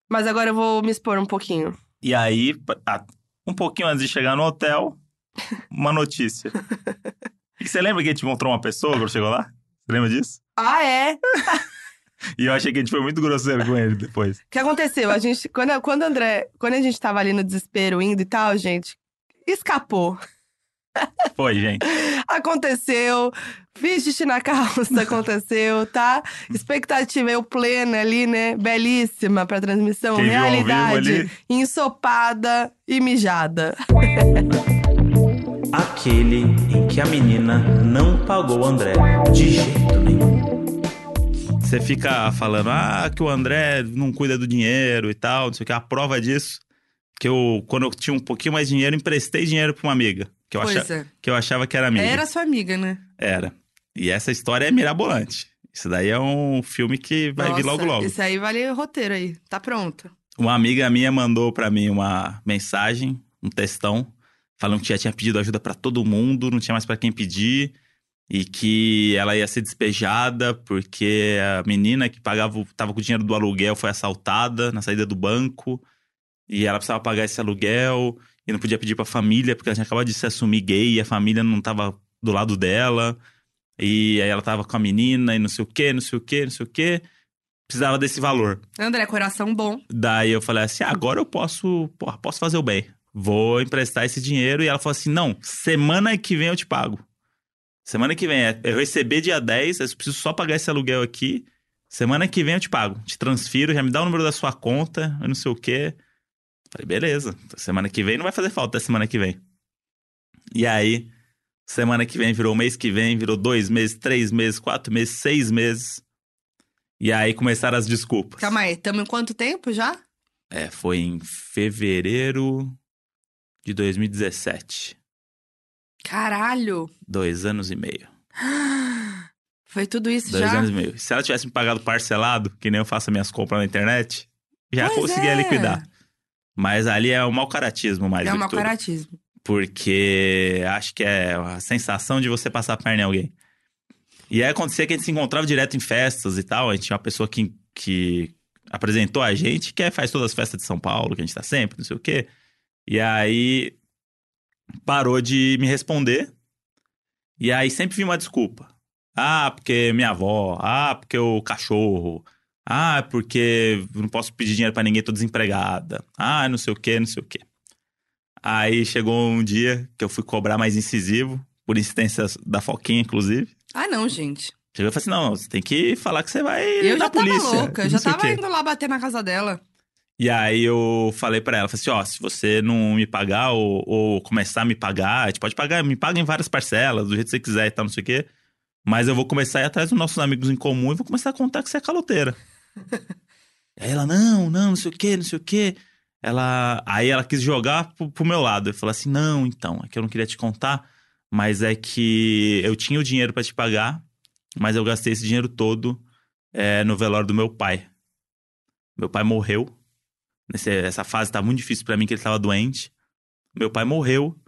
Speaker 2: Mas agora eu vou me expor um pouquinho.
Speaker 1: E aí, pa- a- um pouquinho antes de chegar no hotel, uma notícia. E você lembra que a gente encontrou uma pessoa quando chegou lá? Você lembra disso?
Speaker 2: Ah, é?
Speaker 1: E eu achei que a gente foi muito grosseiro com ele depois.
Speaker 2: O que aconteceu? A gente, quando, quando o André, quando a gente tava ali no desespero indo e tal, gente, escapou.
Speaker 1: Foi, gente.
Speaker 2: Aconteceu, fiz xixi na calça, aconteceu, tá? Expectativa eu plena ali, né? Belíssima pra transmissão,
Speaker 1: Quem viu ao vivo
Speaker 2: realidade
Speaker 1: ali-
Speaker 2: ensopada e mijada.
Speaker 6: Aquele em que a menina não pagou o André de jeito nenhum.
Speaker 1: Você fica falando, ah, que o André não cuida do dinheiro e tal, não sei o que. A prova disso, que eu, quando eu tinha um pouquinho mais de dinheiro, emprestei dinheiro pra uma amiga. Que eu,
Speaker 3: Pois
Speaker 1: achava,
Speaker 3: é.
Speaker 1: que eu achava que era amiga.
Speaker 3: Era sua amiga, né?
Speaker 1: Era. E essa história é mirabolante. Isso daí é um filme que vai vir
Speaker 3: Nossa,
Speaker 1: logo logo.
Speaker 3: Isso aí vale roteiro aí. Tá pronto.
Speaker 1: Uma amiga minha mandou pra mim uma mensagem, um textão, falando que já tinha pedido ajuda pra todo mundo, não tinha mais pra quem pedir, e que ela ia ser despejada porque a menina que pagava, o- tava com o dinheiro do aluguel foi assaltada na saída do banco, e ela precisava pagar esse aluguel, e não podia pedir pra família, porque ela tinha acabado de se assumir gay, e a família não tava do lado dela, e aí ela tava com a menina, e não sei o quê, não sei o quê, não sei o quê, precisava desse valor.
Speaker 3: André, coração bom.
Speaker 1: Daí eu falei assim: agora eu posso, porra, posso fazer o bem. Vou emprestar esse dinheiro. E ela falou assim: não, semana que vem eu te pago. Semana que vem, é- eu receber dia 10, eu preciso só pagar esse aluguel aqui. Semana que vem eu te pago. Te transfiro, já me dá o número da sua conta, eu não sei o quê. Falei, beleza. Então, semana que vem não vai fazer falta, é semana que vem. E aí, semana que vem virou mês que vem, virou dois meses, três meses, quatro meses, seis meses. E aí começaram as desculpas.
Speaker 3: Calma aí, tamo em quanto tempo já?
Speaker 1: É, foi em fevereiro de 2017.
Speaker 3: Caralho.
Speaker 1: Dois anos e meio.
Speaker 3: Foi tudo isso
Speaker 1: Dois
Speaker 3: já?
Speaker 1: anos e meio. Se ela tivesse me pagado parcelado, que nem eu faço minhas compras na internet, já
Speaker 3: Pois
Speaker 1: conseguia
Speaker 3: é.
Speaker 1: liquidar. Mas ali é um mau caratismo mais
Speaker 3: É
Speaker 1: do
Speaker 3: um
Speaker 1: que tudo.
Speaker 3: caratismo.
Speaker 1: Porque acho que é a sensação de você passar a perna em alguém. E aí acontecia que a gente se encontrava direto em festas e tal. A gente tinha uma pessoa que, que apresentou a gente, que é- faz todas as festas de São Paulo, que a gente tá sempre, não sei o quê. E aí parou de me responder. E aí sempre vinha uma desculpa. Ah, porque minha avó, ah, porque o cachorro, ah, porque não posso pedir dinheiro pra ninguém, tô desempregada. Ah, não sei o quê, não sei o quê. Aí chegou um dia que eu fui cobrar mais incisivo, por insistência da Foquinha, inclusive.
Speaker 2: Ah, não, gente.
Speaker 1: Chegou e falou assim: não, você tem que falar que você vai
Speaker 2: Eu
Speaker 1: na
Speaker 2: já tava
Speaker 1: é polícia.
Speaker 2: louca. Eu
Speaker 1: não
Speaker 2: já
Speaker 1: sei o
Speaker 2: tava
Speaker 1: quê.
Speaker 2: indo lá bater na casa dela.
Speaker 1: E aí eu falei pra ela, falei assim, ó, se você não me pagar ou, ou começar a me pagar, a gente pode pagar, me paga em várias parcelas, do jeito que você quiser e tal, não sei o quê. Mas eu vou começar a ir atrás dos nossos amigos em comum e vou começar a contar que você é caloteira. aí ela, não, não, não sei o quê, não sei o quê. Ela, aí ela quis jogar pro, pro meu lado. Eu falei assim, não, então, é que eu não queria te contar, mas é que eu tinha o dinheiro pra te pagar, mas eu gastei esse dinheiro todo eh, no velório do meu pai. Meu pai morreu Nesse, essa fase tá muito difícil pra mim, que ele tava doente. Meu pai morreu.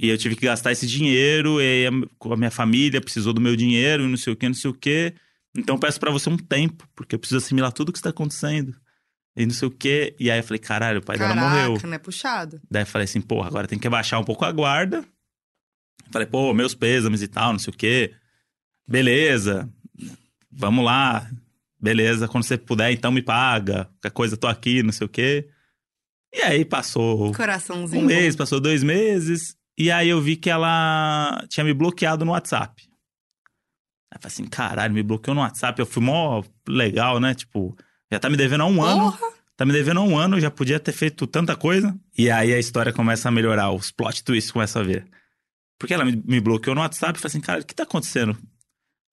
Speaker 1: E eu tive que gastar esse dinheiro. E a, a minha família precisou do meu dinheiro, e não sei o que, não sei o que. Então eu peço pra você um tempo, porque eu preciso assimilar tudo que está acontecendo. E não sei o que. E aí eu falei, caralho, o pai dela morreu.
Speaker 2: né? Puxado.
Speaker 1: Daí eu falei assim, porra, agora tem que abaixar um pouco a guarda. Falei, pô, meus pêsames e tal, não sei o quê. Beleza, vamos lá. Beleza, quando você puder, então me paga. Qualquer coisa, eu tô aqui, não sei o quê. E aí passou
Speaker 2: Coraçãozinho.
Speaker 1: um mês, passou dois meses. E aí eu vi que ela tinha me bloqueado no WhatsApp. Aí eu falei assim, caralho, me bloqueou no WhatsApp. Eu fui mó legal, né? Tipo, já tá me devendo há um ano. Tá me devendo há um ano, já podia ter feito tanta coisa. E aí a história começa a melhorar, os plot twists começam a ver. Porque ela me, me bloqueou no WhatsApp e falei assim, cara, o que tá acontecendo?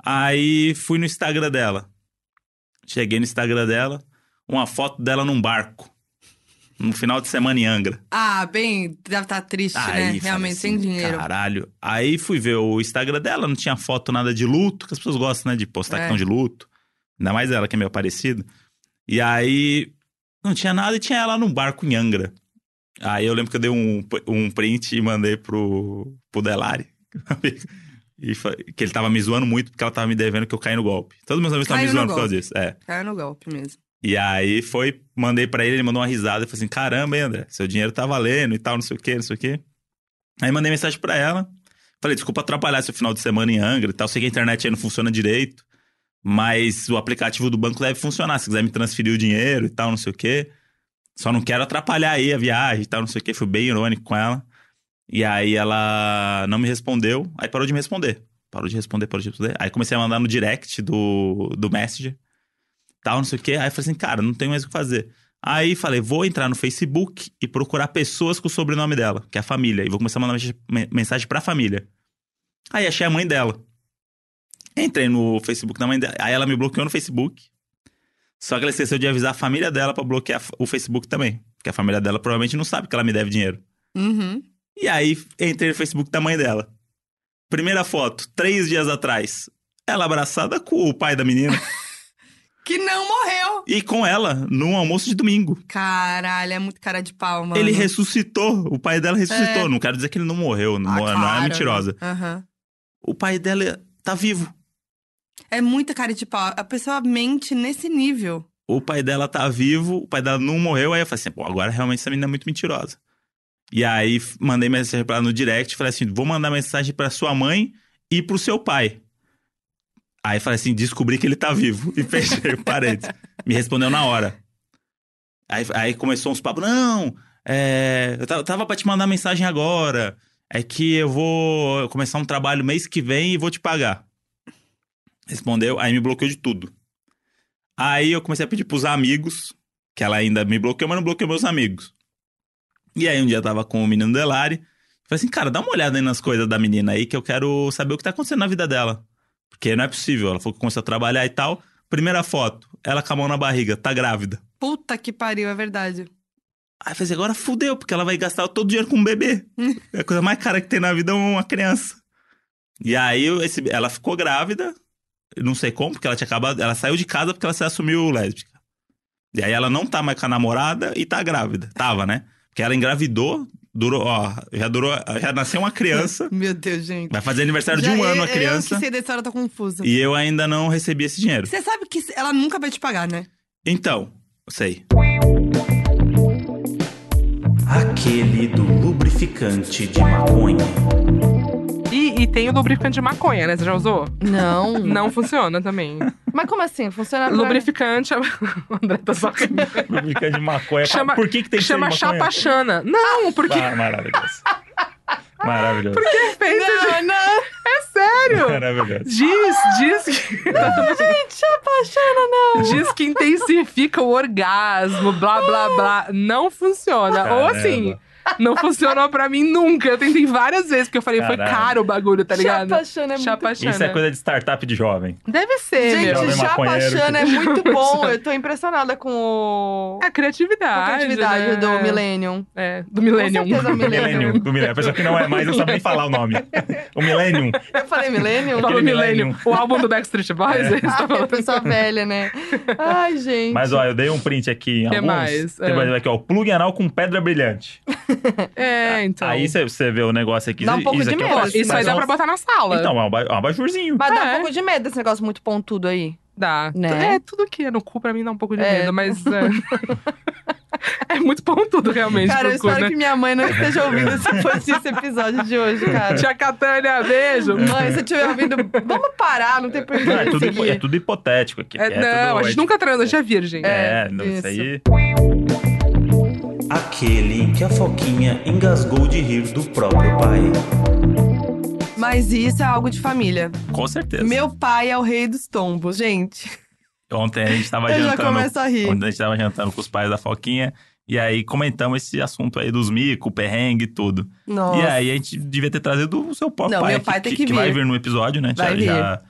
Speaker 1: Aí fui no Instagram dela. Cheguei no Instagram dela, uma foto dela num barco. No final de semana em Angra.
Speaker 2: Ah, bem, deve estar triste, né?
Speaker 1: falei
Speaker 2: Realmente,
Speaker 1: assim,
Speaker 2: sem dinheiro.
Speaker 1: Caralho. Aí fui ver o Instagram dela, não tinha foto nada de luto, que as pessoas gostam, né? De postar
Speaker 2: É.
Speaker 1: que estão de luto. Ainda mais ela, que é meio parecida. E aí, não tinha nada e tinha ela num barco em Angra. Aí eu lembro que eu dei um, um print e mandei pro, pro Delari. E fa- que ele tava me zoando muito porque ela tava me devendo que eu caí no golpe. Todos meus amigos estavam me
Speaker 2: Caiu no
Speaker 1: zoando por causa
Speaker 2: golpe.
Speaker 1: disso. É.
Speaker 2: Caiu no golpe mesmo.
Speaker 1: E aí foi, mandei pra ele, ele mandou uma risada. Eu falei assim: caramba, hein, André, seu dinheiro tá valendo e tal, não sei o quê, não sei o quê. Aí mandei mensagem pra ela. Falei, desculpa atrapalhar seu final de semana em Angra e tal. Sei que a internet aí não funciona direito, mas o aplicativo do banco deve funcionar. Se quiser me transferir o dinheiro e tal, não sei o quê. Só não quero atrapalhar aí a viagem e tal, não sei o quê. Fui bem irônico com ela. E aí ela não me respondeu, aí parou de me responder. Parou de responder, parou de responder. Aí comecei a mandar no direct do, do Messenger, tal, não sei o quê. Aí eu falei assim, cara, não tenho mais o que fazer. Aí falei, vou entrar no Facebook e procurar pessoas com o sobrenome dela, que é a família. E vou começar a mandar mensagem- men- mensagem pra família. Aí achei a mãe dela. Entrei no Facebook da mãe dela. Aí ela me bloqueou no Facebook. Só que ela esqueceu de avisar a família dela pra bloquear o Facebook também. Porque a família dela provavelmente não sabe que ela me deve dinheiro.
Speaker 2: Uhum.
Speaker 1: E aí entrei no Facebook da mãe dela. Primeira foto, três dias atrás. Ela abraçada com o pai da menina
Speaker 2: Que não morreu.
Speaker 1: e com ela num almoço de domingo.
Speaker 2: Caralho, é muito cara de pau, mano. É.
Speaker 1: Ele ressuscitou, o pai dela ressuscitou. Não quero dizer que ele não morreu, não,
Speaker 2: Ah,
Speaker 1: não
Speaker 2: claro,
Speaker 1: é mentirosa.
Speaker 2: né? Aham.
Speaker 1: O pai dela tá vivo.
Speaker 2: É muita cara de pau. A pessoa mente nesse nível.
Speaker 1: O pai dela tá vivo, o pai dela não morreu. Aí eu falei assim, pô, agora realmente essa menina é muito mentirosa. E aí f- mandei mensagem pra ela no direct, falei assim, vou mandar mensagem pra sua mãe e pro seu pai. Aí falei assim, descobri que ele tá vivo. E fechei o parênteses. Me respondeu na hora. Aí, aí começou uns papos, não, é, eu ta- tava pra te mandar mensagem agora. É que eu vou começar um trabalho mês que vem e vou te pagar. Respondeu, aí me bloqueou de tudo. Aí eu comecei a pedir pros amigos, que ela ainda me bloqueou, mas não bloqueou meus amigos. E aí um dia eu tava com o menino Delari. Falei assim, cara, dá uma olhada aí nas coisas da menina aí, que eu quero saber o que tá acontecendo na vida dela. Porque não é possível. Ela falou que começou a trabalhar e tal. Primeira foto, ela com a mão na barriga, tá grávida.
Speaker 2: Puta que pariu, é verdade.
Speaker 1: Aí eu falei assim, agora fudeu, porque ela vai gastar todo o dinheiro com um bebê. é a coisa mais cara que tem na vida é uma criança. E aí eu- esse- ela ficou grávida, eu não sei como, porque ela tinha acabado. Ela saiu de casa porque ela se assumiu lésbica. E aí ela não tá mais com a namorada e tá grávida. Tava, né? Porque ela engravidou, durou, ó, já durou, já nasceu uma criança.
Speaker 2: Meu Deus, gente.
Speaker 1: Vai fazer aniversário
Speaker 2: Já- é,
Speaker 1: de um ano
Speaker 2: eu-
Speaker 1: a criança.
Speaker 2: Eu que sei dessa hora, eu tô confusa.
Speaker 1: E eu ainda não recebi esse dinheiro.
Speaker 2: Você sabe que ela nunca vai te pagar, né?
Speaker 1: Então, Sei.
Speaker 6: Aquele do lubrificante de maconha.
Speaker 5: E, e tem o lubrificante de maconha, né? Você já usou?
Speaker 3: Não.
Speaker 5: Não funciona também.
Speaker 3: Mas como assim? Funciona pra-
Speaker 5: Lubrificante. é O André tá só rindo.
Speaker 1: Lubrificante de maconha.
Speaker 5: Chama-
Speaker 1: Por que, que tem que
Speaker 5: Chama
Speaker 1: ser de maconha?
Speaker 5: chapa chana. Não, porque
Speaker 1: Ah, maravilhoso. Maravilhoso.
Speaker 5: é feito de.
Speaker 3: Não, não.
Speaker 5: É sério!
Speaker 1: Maravilhoso.
Speaker 5: Diz, diz que.
Speaker 3: Gente, apaixona não.
Speaker 5: Diz que intensifica o orgasmo, blá blá blá. Não funciona. Ou
Speaker 1: Caramba.
Speaker 5: assim, não funcionou pra mim nunca. Eu tentei várias vezes, porque eu falei, foi
Speaker 1: Caralho.
Speaker 5: caro o bagulho, tá ligado?
Speaker 3: Chapachana é muito-
Speaker 5: Chapachana.
Speaker 1: Isso é coisa de startup de jovem.
Speaker 5: Deve ser, meu.
Speaker 1: Jovem
Speaker 3: Gente,
Speaker 1: maconheiro.
Speaker 3: Chapachana é muito bom. Eu tô impressionada com o...
Speaker 5: A
Speaker 3: com a
Speaker 5: criatividade.
Speaker 3: criatividade
Speaker 5: né?
Speaker 3: do Millennium.
Speaker 5: É, do Millennium.
Speaker 3: Com certeza, o
Speaker 1: Do
Speaker 3: Millennium.
Speaker 1: Millennium. Do Millennium. A pessoa que não é mais, eu sabe nem falar o nome. O Millennium.
Speaker 3: Eu falei Millennium? Ah,
Speaker 5: Fala
Speaker 1: Aquele
Speaker 5: Millennium.
Speaker 1: Millennium.
Speaker 5: O álbum do Backstreet Boys,
Speaker 1: É.
Speaker 5: eles estão
Speaker 3: Ai,
Speaker 5: falando.
Speaker 3: pessoa velha, né? Ai, gente.
Speaker 1: Mas ó, eu dei um print aqui em
Speaker 5: Que
Speaker 1: alguns.
Speaker 5: mais? Ah.
Speaker 1: Tem mais aqui, ó. Plug anal com pedra brilhante.
Speaker 5: É, então.
Speaker 1: Aí você vê o negócio aqui.
Speaker 3: Dá um
Speaker 1: isso-
Speaker 3: pouco
Speaker 1: isso
Speaker 3: de
Speaker 1: aqui é um-
Speaker 3: medo,
Speaker 5: Pô, Isso aí
Speaker 1: mas
Speaker 5: dá
Speaker 1: é um-
Speaker 5: pra botar na sala.
Speaker 1: Então, é um aba- um abajurzinho.
Speaker 3: Mas dá um
Speaker 5: É.
Speaker 3: pouco de medo esse negócio muito pontudo aí.
Speaker 5: Dá.
Speaker 3: Né?
Speaker 5: É, tudo que é no cu pra mim dá um pouco de
Speaker 3: É.
Speaker 5: medo, mas. É, é muito pontudo, realmente,
Speaker 3: Cara, eu
Speaker 5: pro cu,
Speaker 3: espero
Speaker 5: né?
Speaker 3: que minha mãe não esteja ouvindo se fosse esse episódio de hoje, cara.
Speaker 5: Tia Catânia, beijo!
Speaker 3: Mãe, se eu estiver ouvindo, vamos parar, não tem porquê.
Speaker 1: Não, é, tudo, hipo-
Speaker 3: seguir.
Speaker 1: é tudo hipotético aqui.
Speaker 5: É,
Speaker 1: é
Speaker 5: não,
Speaker 1: tudo-
Speaker 5: a
Speaker 1: é-
Speaker 5: gente nunca transa, a gente é virgem.
Speaker 1: É,
Speaker 3: É,
Speaker 1: não,
Speaker 3: isso.
Speaker 1: isso. aí.
Speaker 6: Aquele em que a Foquinha engasgou de rir do próprio pai.
Speaker 2: Mas isso é algo de família.
Speaker 1: Com certeza.
Speaker 2: Meu pai é o rei dos tombos, gente.
Speaker 1: Ontem a gente tava
Speaker 2: Eu já
Speaker 1: jantando.
Speaker 2: começo a rir.
Speaker 1: Ontem a gente tava jantando com os pais da Foquinha. E aí comentamos esse assunto aí dos micos, perrengue e tudo.
Speaker 2: Nossa.
Speaker 1: E é, aí a gente devia ter trazido o seu próprio
Speaker 2: Não,
Speaker 1: pai.
Speaker 2: meu pai tem que vir.
Speaker 1: vai vir no episódio, né?
Speaker 2: Vai
Speaker 1: já,
Speaker 2: vir.
Speaker 1: já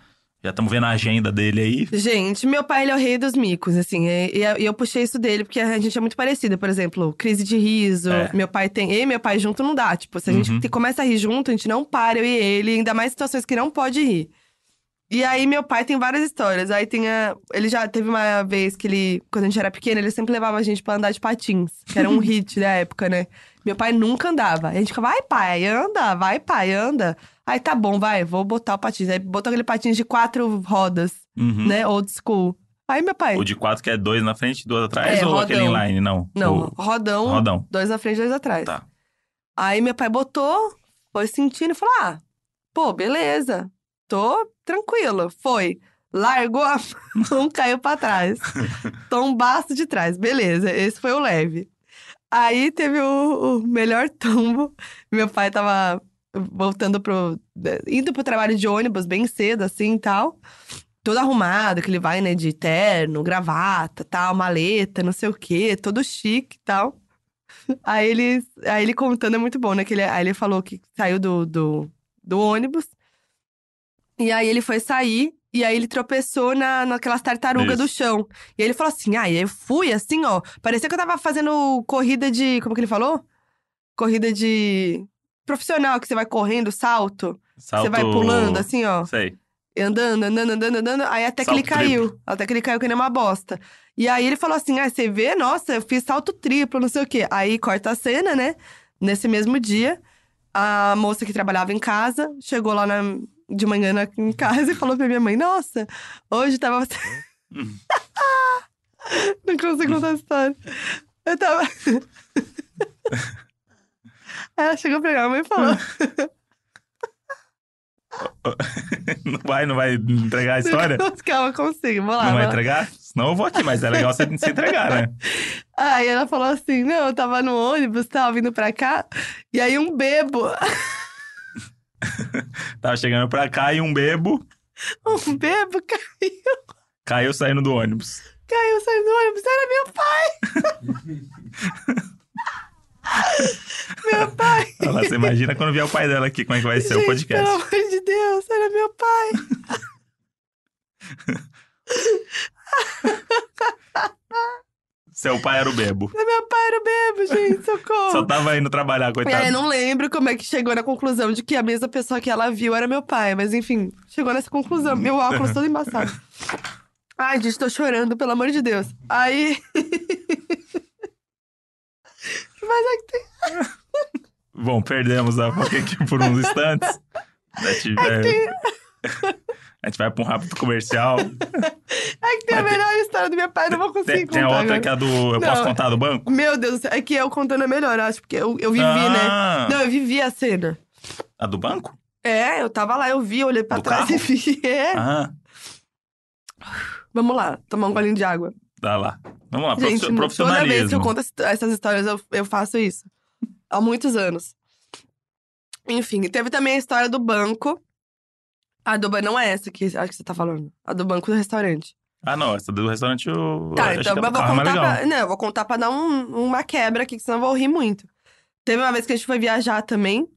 Speaker 1: já estamos vendo a agenda dele aí.
Speaker 2: Gente, meu pai ele é o rei dos micos, assim. E, e- e eu puxei isso dele, porque a gente é muito parecida. Por exemplo, crise de riso.
Speaker 1: É.
Speaker 2: Meu pai tem. Eu e meu pai junto não dá. Tipo, se a
Speaker 1: Uhum.
Speaker 2: gente te- começa a rir junto, a gente não para, eu e ele. Ainda mais situações que não pode rir. E aí, meu pai tem várias histórias. Aí tem a. Ele já teve uma vez que ele. Quando a gente era pequeno, ele sempre levava a gente pra andar de patins, que era um hit da época, né? Meu pai nunca andava. Aí A gente ficava, vai pai, anda, vai pai, anda. Aí tá bom, vai, vou botar o patins. Aí botou aquele patins de quatro rodas
Speaker 1: Uhum.
Speaker 2: né? Old school. Aí, meu pai.
Speaker 1: O de quatro que é dois na frente, duas atrás,
Speaker 2: É,
Speaker 1: ou
Speaker 2: rodão.
Speaker 1: aquele inline, não?
Speaker 2: Não,
Speaker 1: O
Speaker 2: rodão,
Speaker 1: rodão.
Speaker 2: dois na frente, dois atrás.
Speaker 1: Tá.
Speaker 2: Aí, meu pai botou, foi sentindo e falou: ah, pô, beleza, tô tranquilo. Foi. Largou a mão, caiu pra trás. Tombaço de trás, beleza, esse foi o leve. Aí teve o, o melhor tombo. Meu pai tava voltando pro. né, indo pro trabalho de ônibus bem cedo, assim e tal. todo arrumado, que ele vai, né, de terno, gravata, tal, maleta, não sei o quê, todo chique e tal. Aí ele, aí ele contando é muito bom, né? Que ele, aí ele falou que saiu do, do, do ônibus. E aí ele foi sair, e aí ele tropeçou na, naquelas tartarugas do
Speaker 1: Isso.
Speaker 2: chão. E aí ele falou assim: ah, e aí eu fui assim, ó. Parecia que eu tava fazendo corrida de. Como que ele falou? Corrida de. Profissional, que você vai correndo, salto.
Speaker 1: Salto...
Speaker 2: Você vai pulando, assim, ó
Speaker 1: Sei.
Speaker 2: andando, andando, andando, andando. Aí até que
Speaker 1: Salto
Speaker 2: ele caiu. Até que ele caiu que nem uma bosta. E aí ele falou assim: ah, você vê? Nossa, eu fiz salto triplo, não sei o quê. Aí corta a cena, né? Nesse mesmo dia, a moça que trabalhava em casa chegou lá na- de manhã na- em casa e falou pra minha mãe: Nossa, hoje tava. não consigo contar a história. Eu tava. Aí ela chegou pra minha mãe e falou:
Speaker 1: Hum. Não vai, não vai entregar a história?
Speaker 2: Calma, consigo, vamos
Speaker 1: não vai
Speaker 2: lá. vamos lá.
Speaker 1: entregar? Senão eu vou aqui, mas é legal você se entregar, né?
Speaker 2: Aí ela falou assim: não, eu tava no ônibus, tava vindo pra cá, e aí um bebo,
Speaker 1: Tava chegando pra cá e um bebo
Speaker 2: um bebo caiu,
Speaker 1: caiu saindo do ônibus.
Speaker 2: caiu, saiu do ônibus, era meu pai! meu pai!
Speaker 1: Olha lá, você imagina quando vier o pai dela aqui, como é que vai ser o
Speaker 2: Gente,
Speaker 1: podcast.
Speaker 2: Pelo amor de Deus, era meu pai.
Speaker 1: Seu pai era o bebo.
Speaker 2: Meu pai era o bebo, gente,
Speaker 1: Só
Speaker 2: socorro.
Speaker 1: tava indo trabalhar,
Speaker 2: E
Speaker 1: coitado.
Speaker 2: aí, eu não lembro como é que chegou na conclusão de que a mesma pessoa que ela viu era meu pai, mas enfim, chegou nessa conclusão. Meu óculos todo embaçado. Ai, gente, tô chorando, pelo amor de Deus. Aí. mas é que tem.
Speaker 1: Bom, perdemos a Foca aqui por uns instantes. É, tipo, é- A gente vai pra um rápido comercial.
Speaker 2: É que tem a
Speaker 1: Mas tem-
Speaker 2: melhor história do meu pai, não vou
Speaker 1: tem,
Speaker 2: conseguir
Speaker 1: tem a
Speaker 2: contar
Speaker 1: outra
Speaker 2: agora.
Speaker 1: que é a do. Eu posso
Speaker 2: Não.
Speaker 1: contar do banco?
Speaker 2: Meu Deus do céu, é que eu contando é melhor, eu acho, porque eu, eu vivi,
Speaker 1: Ah.
Speaker 2: né? Não, eu vivi a cena.
Speaker 1: A do banco?
Speaker 2: É, eu tava lá, eu vi, olhei pra
Speaker 1: Do
Speaker 2: trás
Speaker 1: carro?
Speaker 2: e vi. É.
Speaker 1: Ah,
Speaker 2: Vamos lá, tomar um golinho de água.
Speaker 1: tá lá. Vamos lá,
Speaker 2: Gente,
Speaker 1: profi-
Speaker 2: toda
Speaker 1: profissionalismo.
Speaker 2: vez que eu conto ess- essas histórias, eu, eu faço isso. Há muitos anos. Enfim, teve também a história do banco. A do banco não é essa que acho que você tá falando. A do banco do restaurante.
Speaker 1: Ah, não, essa do restaurante eu. eu
Speaker 2: Tá, então
Speaker 1: achei que
Speaker 2: eu
Speaker 1: era do
Speaker 2: vou
Speaker 1: carro, mas
Speaker 2: contar
Speaker 1: legal.
Speaker 2: pra. Não, eu vou contar pra dar um- uma quebra aqui, que senão eu vou rir muito. Teve uma vez que a gente foi viajar também.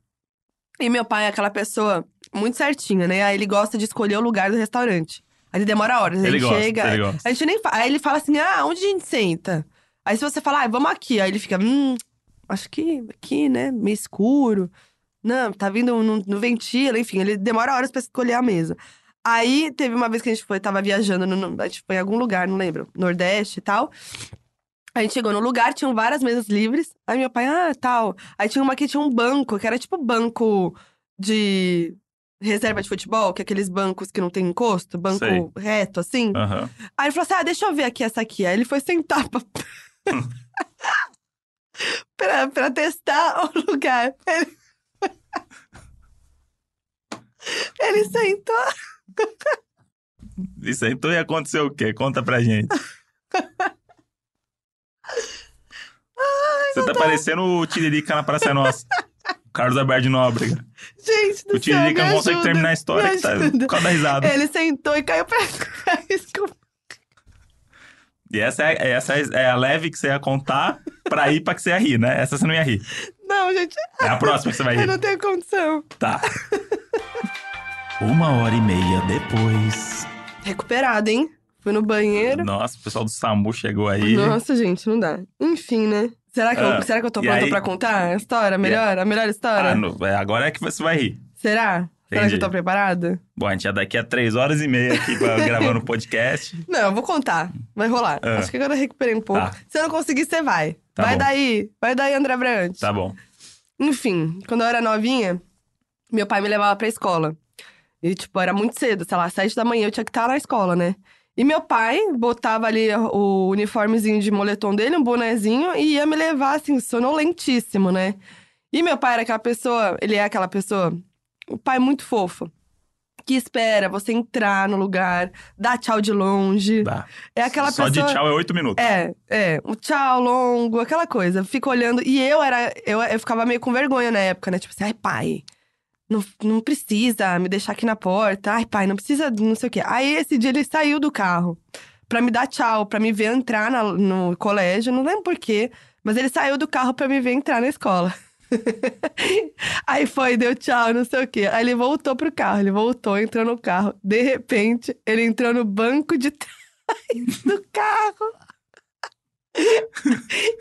Speaker 2: E meu pai é aquela pessoa muito certinha, né? Aí ele gosta de escolher o lugar do restaurante. Aí ele demora horas, né?
Speaker 1: Ele
Speaker 2: ele,
Speaker 1: gosta,
Speaker 2: chega.
Speaker 1: ele gosta.
Speaker 2: A gente nem fa- Aí ele fala assim: ah, onde a gente senta? Aí se você falar, ah, vamos aqui. Aí ele fica, hum, acho que aqui, né? Meio escuro. Não, tá vindo no, no ventila, enfim, ele demora horas pra escolher a mesa. Aí teve uma vez que a gente foi, tava viajando, no- no- a gente foi em algum lugar, não lembro, Nordeste e tal. A gente chegou no lugar, tinham várias mesas livres. Aí meu pai, ah, tal. Aí tinha uma que tinha um banco, que era tipo banco de reserva de futebol, que é aqueles bancos que não tem encosto, banco
Speaker 1: Sei.
Speaker 2: reto, assim.
Speaker 1: Aham.
Speaker 2: Aí ele falou assim: ah, deixa eu ver aqui essa aqui. Aí ele foi sentar pra. pra, pra testar o lugar. Ele, ele sentou.
Speaker 1: Isso aí, então ia acontecer o quê? Conta pra gente. Você tá parecendo o Tiririca na Praça é Nossa. O Carlos Alberto de Nóbrega.
Speaker 2: Gente do
Speaker 1: O
Speaker 2: céu.
Speaker 1: Tiririca
Speaker 2: me
Speaker 1: não consegue
Speaker 2: ajuda.
Speaker 1: terminar a história
Speaker 2: me
Speaker 1: que tá,
Speaker 2: ajuda.
Speaker 1: por causa da risada.
Speaker 2: Ele sentou e caiu pra trás. com-
Speaker 1: E essa é, essa é a leve que você ia contar pra ir pra que você ia rir, né? Essa você não ia rir.
Speaker 2: Não, gente,
Speaker 1: É a próxima que você vai
Speaker 2: eu
Speaker 1: rir.
Speaker 2: não tenho condição.
Speaker 1: Tá. Uma hora e meia depois.
Speaker 2: Recuperado, hein? Fui no banheiro.
Speaker 1: Nossa, o pessoal do SAMU chegou aí.
Speaker 2: Nossa, gente, não dá. Enfim, né? Será que,
Speaker 1: Ah,
Speaker 2: eu, será que eu tô
Speaker 1: e
Speaker 2: pronta
Speaker 1: aí-
Speaker 2: pra contar a história? Melhor? A melhor história?
Speaker 1: Ah, não, é, agora é que você vai rir.
Speaker 2: Será? Será que
Speaker 1: Entendi.
Speaker 2: eu tô preparada?
Speaker 1: Bom, a gente já daqui a três horas e meia aqui pra- gravando o podcast.
Speaker 2: Não, eu vou contar. Vai rolar.
Speaker 1: Ah.
Speaker 2: Acho que agora eu recuperei um pouco.
Speaker 1: Tá.
Speaker 2: Se eu não conseguir, você vai.
Speaker 1: Tá
Speaker 2: vai
Speaker 1: bom.
Speaker 2: daí. Vai daí, André Brandt.
Speaker 1: Tá bom.
Speaker 2: Enfim, quando eu era novinha, meu pai me levava pra escola. E, tipo, era muito cedo, sei lá, sete da manhã eu tinha que estar na escola, né? E meu pai botava ali o uniformezinho de moletom dele, um bonezinho, e ia me levar, assim, sonolentíssimo, né? E meu pai era aquela pessoa, ele é aquela pessoa, o pai muito fofo, que espera você entrar no lugar, dá tchau de longe.
Speaker 1: Tá.
Speaker 2: É aquela
Speaker 1: Só
Speaker 2: pessoa.
Speaker 1: de tchau é oito minutos.
Speaker 2: É, é, um tchau longo, aquela coisa. Fico olhando. E eu era. Eu, eu ficava meio com vergonha na época, né? Tipo assim, ai, pai, não, não precisa me deixar aqui na porta. Ai, pai, não precisa, de não sei o quê. Aí esse dia ele saiu do carro pra me dar tchau, pra me ver entrar na- no colégio, não lembro porquê, mas ele saiu do carro pra me ver entrar na escola. Aí foi, deu tchau, não sei o quê. Aí ele voltou pro carro, ele voltou, entrou no carro. De repente, ele entrou no banco de trás do carro.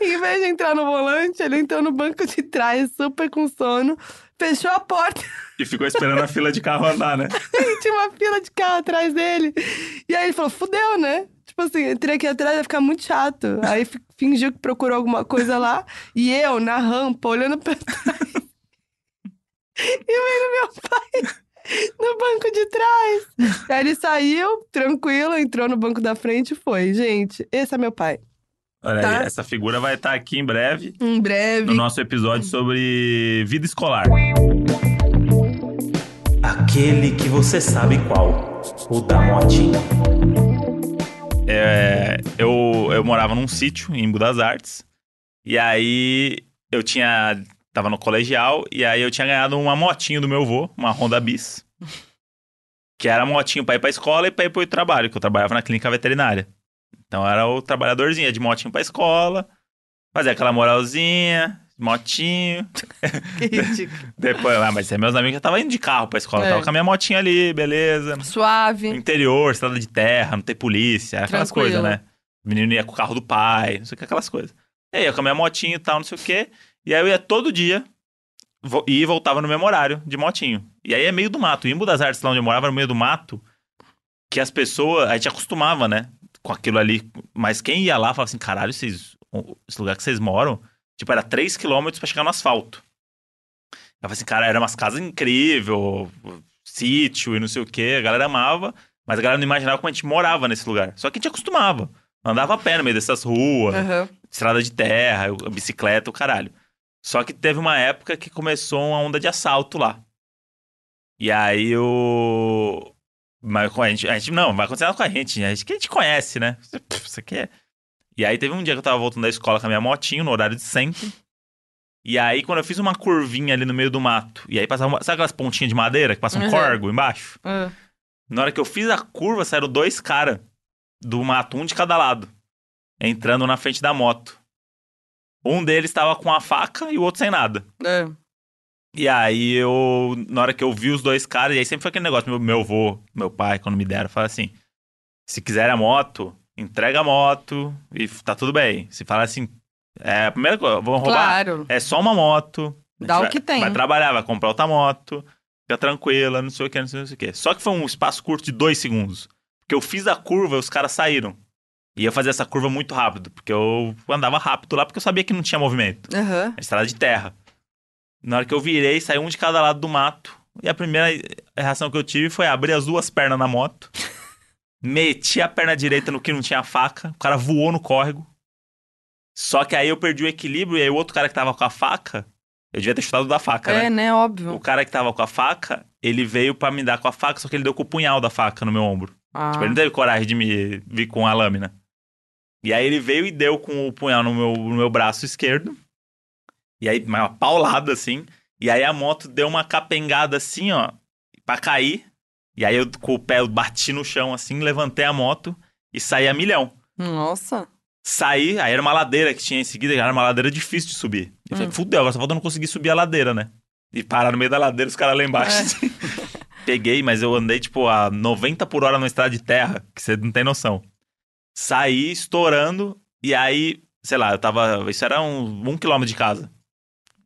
Speaker 2: em vez de entrar no volante, ele entrou no banco de trás, super com sono, fechou a porta
Speaker 1: E ficou esperando a fila de carro andar, né?
Speaker 2: e tinha uma fila de carro atrás dele. E aí ele falou, fudeu, né? Tipo assim, eu entrei aqui atrás, ia ficar muito chato. Aí fi- fingiu que procurou alguma coisa lá. E eu, na rampa, olhando pra trás. e vendo meu pai no banco de trás. Aí ele saiu, tranquilo, entrou no banco da frente e foi. Gente, esse é meu pai.
Speaker 1: Olha aí,
Speaker 2: Tá.
Speaker 1: essa figura vai estar aqui em breve
Speaker 2: Em
Speaker 1: no
Speaker 2: breve.
Speaker 1: nosso episódio sobre vida escolar.
Speaker 6: Aquele que você sabe qual. O da motinha.
Speaker 1: É, eu, eu morava num sítio em Budas Artes. E aí eu tinha. Tava no colegial. E aí eu tinha ganhado uma motinho do meu avô, uma Honda Bis. Que era motinho pra ir pra escola e pra ir pro trabalho, que eu trabalhava na clínica veterinária. Então era o trabalhadorzinho, ia de motinho pra escola, fazia aquela moralzinha, motinho.
Speaker 2: Que ridículo.
Speaker 1: Depois, ah, mas meus amigos já tava indo de carro pra escola,
Speaker 2: É.
Speaker 1: tava com a minha motinha ali, beleza. No
Speaker 2: Suave.
Speaker 1: interior, estrada de terra, não tem polícia, aquelas coisas,
Speaker 2: Tranquila.
Speaker 1: né? O menino ia com o carro do pai, não sei o que, aquelas coisas. E aí, eu com a minha motinha e tal, não sei o que. E aí eu ia todo dia vo- e voltava no mesmo horário de motinho. E aí é meio do mato. Imbo das Artes, lá onde eu morava, era no meio do mato, que as pessoas. A gente acostumava, né? Com aquilo ali. Mas quem ia lá falava assim: caralho, vocês, o- esse lugar que vocês moram, tipo, era 3km pra chegar no asfalto. Eu falei assim, cara, eram umas casas incríveis, sítio e não sei o quê. A galera amava, mas a galera não imaginava como a gente morava nesse lugar. Só que a gente acostumava. Andava a pé no meio dessas ruas,
Speaker 2: Aham.
Speaker 1: estrada de terra, eu- bicicleta, o caralho. Só que teve uma época que começou uma onda de assalto lá. E aí o. Mas com a gente, a gente. Não, vai acontecer nada com a gente. A gente que a gente conhece, né? Pff, Isso aqui é. E aí teve um dia que eu tava voltando da escola com a minha motinho, no horário de sempre. E aí, quando eu fiz uma curvinha ali no meio do mato, e aí passava. uma- Sabe aquelas pontinhas de madeira que passa um
Speaker 5: Uhum.
Speaker 1: corgo embaixo?
Speaker 3: Ah.
Speaker 1: Na hora que eu fiz a curva, saíram dois caras do mato, um de cada lado, entrando na frente da moto. Um deles tava com a faca e o outro sem nada.
Speaker 2: É.
Speaker 1: E aí eu, na hora que eu vi os dois caras, e aí sempre foi aquele negócio, meu, meu avô, meu pai, quando me deram, fala assim, se quiser a moto, entrega a moto e f- tá tudo bem. Se falar assim, é, a primeira coisa, vão roubar,
Speaker 5: Claro.
Speaker 1: é só uma moto. a gente
Speaker 5: Dá o
Speaker 1: vai-
Speaker 5: que tem.
Speaker 1: Vai trabalhar, vai comprar outra moto, fica tranquila, não sei o que, não sei, não sei o que. Só que foi um espaço curto de dois segundos. Porque eu fiz a curva e os caras saíram. E eu fazia essa curva muito rápido, porque eu andava rápido lá, porque eu sabia que não tinha movimento.
Speaker 2: Aham.
Speaker 1: É estrada de terra. Na hora que eu virei, saiu um de cada lado do mato. E a primeira reação que eu tive foi abrir as duas pernas na moto. meti a perna direita no que não tinha faca. O cara voou no córrego. Só que aí eu perdi o equilíbrio e aí o outro cara que tava com a faca... Eu devia ter chutado o da faca,
Speaker 2: É,
Speaker 1: né?
Speaker 2: né?
Speaker 1: O
Speaker 2: Óbvio.
Speaker 1: cara que tava com a faca, ele veio pra me dar com a faca, só que ele deu com o punhal da faca no meu ombro.
Speaker 5: Ah.
Speaker 1: Tipo, ele não teve coragem de me vir com a lâmina. E aí ele veio e deu com o punhal no meu, no meu braço esquerdo. E aí, uma paulada assim. E aí a moto deu uma capengada assim, ó, pra cair. E aí eu com o pé eu bati no chão assim, levantei a moto e saí a milhão.
Speaker 2: Nossa.
Speaker 1: Saí, aí era uma ladeira que tinha em seguida, era uma ladeira difícil de subir. Eu falei, fudeu, agora só falta eu não conseguir subir a ladeira, né? E parar no meio da ladeira os caras lá embaixo. assim. Peguei, mas eu andei, tipo, a 90 por hora numa estrada de terra, que você não tem noção. Saí estourando, e aí, sei lá, eu tava. Isso era um, um quilômetro de casa.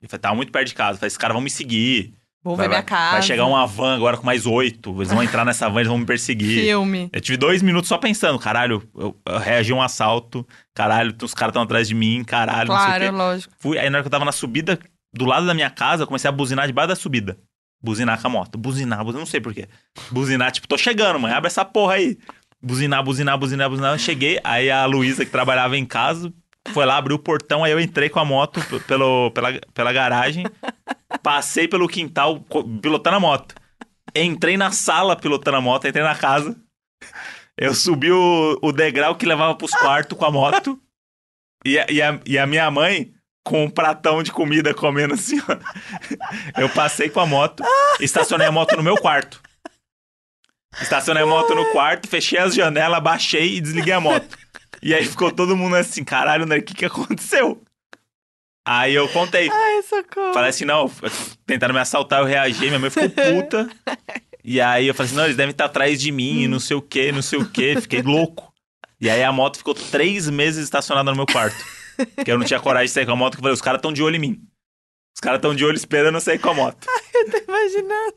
Speaker 1: Eu falei, tava muito perto de casa. Eu falei, esses caras vão me seguir.
Speaker 2: Vou
Speaker 1: vai,
Speaker 2: ver minha
Speaker 1: vai-
Speaker 2: casa.
Speaker 1: Vai chegar uma van agora com mais oito. Eles vão entrar nessa van, eles vão me perseguir.
Speaker 3: Filme.
Speaker 1: Eu tive dois minutos só pensando, caralho, eu, eu reagi a um assalto, caralho, os caras estão atrás de mim, caralho, não sei
Speaker 2: Claro,
Speaker 1: o quê.
Speaker 2: lógico.
Speaker 1: Fui, aí na hora que eu tava na subida, do lado da minha casa, eu comecei a buzinar debaixo da subida. Buzinar com a moto. Buzinar, buzinar, não sei porquê. Buzinar, tipo, tô chegando, mãe, abre essa porra aí. Buzinar, buzinar, buzinar, buzinar. Eu cheguei, aí a Luísa, que trabalhava em casa, foi lá, abriu o portão, aí eu entrei com a moto p- pelo, pela, pela garagem, passei pelo quintal co- pilotando a moto. Entrei na sala pilotando a moto, entrei na casa. Eu subi o, o degrau que levava pros quartos com a moto. E a, e, a, e a minha mãe com um pratão de comida comendo assim, ó. Eu passei com a moto, estacionei a moto no meu quarto. Estacionei a moto no quarto, fechei as janelas, baixei e desliguei a moto. E aí ficou todo mundo assim, caralho, né? O que, que aconteceu? Aí eu contei.
Speaker 2: Ai, socorro.
Speaker 1: Falei assim, não, tentaram me assaltar, eu reagi, minha mãe ficou puta. E aí eu falei assim, não, eles devem estar atrás de mim, e não sei o que, não sei o que, fiquei louco. E aí a moto ficou três meses estacionada no meu quarto. Porque eu não tinha coragem de sair com a moto, que eu falei, os caras estão de olho em mim. Os caras estão de olho esperando eu sair com a moto.
Speaker 3: Imaginando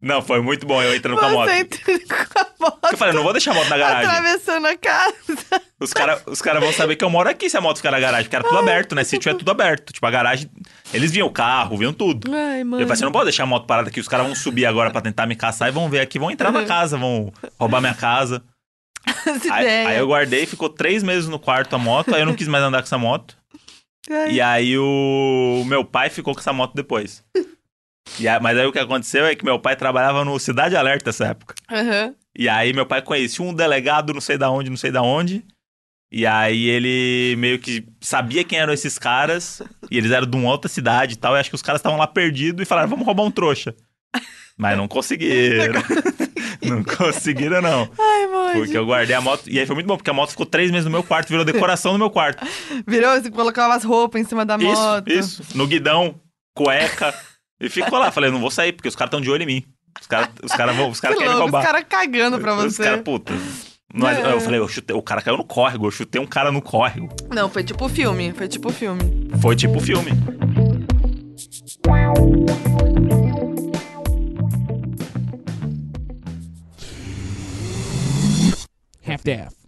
Speaker 1: Não, foi muito bom eu entrando com a moto.
Speaker 3: você entrando com a moto
Speaker 1: Porque eu falei, não vou deixar a moto na garagem.
Speaker 3: atravessando a casa.
Speaker 1: Os caras os cara vão saber que eu moro aqui se a moto ficar na garagem. Porque era tudo aberto, né? Sítio é tudo aberto. Tipo, a garagem. Eles viam o carro, viam tudo.
Speaker 2: Ai, mano.
Speaker 1: Ele falou assim: não pode deixar a moto parada aqui, os caras vão subir agora pra tentar me caçar e vão ver aqui, vão entrar na casa, vão roubar minha casa.
Speaker 2: Essa
Speaker 1: Aí,
Speaker 2: ideia.
Speaker 1: aí eu guardei, ficou três meses no quarto a moto, aí eu não quis mais andar com essa moto. E aí o, o meu pai ficou com essa moto depois. E aí- mas aí o que aconteceu é que meu pai trabalhava no Cidade Alerta nessa época.
Speaker 2: Aham.
Speaker 1: E aí meu pai conhecia um delegado, não sei da onde, não sei da onde. E aí ele meio que sabia quem eram esses caras. E eles eram de uma outra cidade e tal. E acho que os caras estavam lá perdidos e falaram, vamos roubar um trouxa. Mas não conseguiram. não conseguiram, não.
Speaker 3: Ai, mãe.
Speaker 1: Porque eu guardei a moto. E aí foi muito bom, porque a moto ficou três meses no meu quarto, virou decoração no meu quarto.
Speaker 3: Virou, você colocava as roupas em cima da moto.
Speaker 1: Isso, isso. No guidão, cueca. E ficou lá. Falei, não vou sair, porque os caras estão de olho em mim. Os caras os cara vão- os cara
Speaker 3: Que
Speaker 1: querem
Speaker 3: louco,
Speaker 1: roubar.
Speaker 3: os caras cagando pra
Speaker 1: Os
Speaker 3: você.
Speaker 1: caras, puta. Mas
Speaker 3: É.
Speaker 1: eu falei, eu chutei, o cara caiu no córrego, eu chutei um cara no córrego.
Speaker 3: Não, foi tipo filme, foi tipo filme.
Speaker 1: Foi tipo filme.
Speaker 7: half-deaf.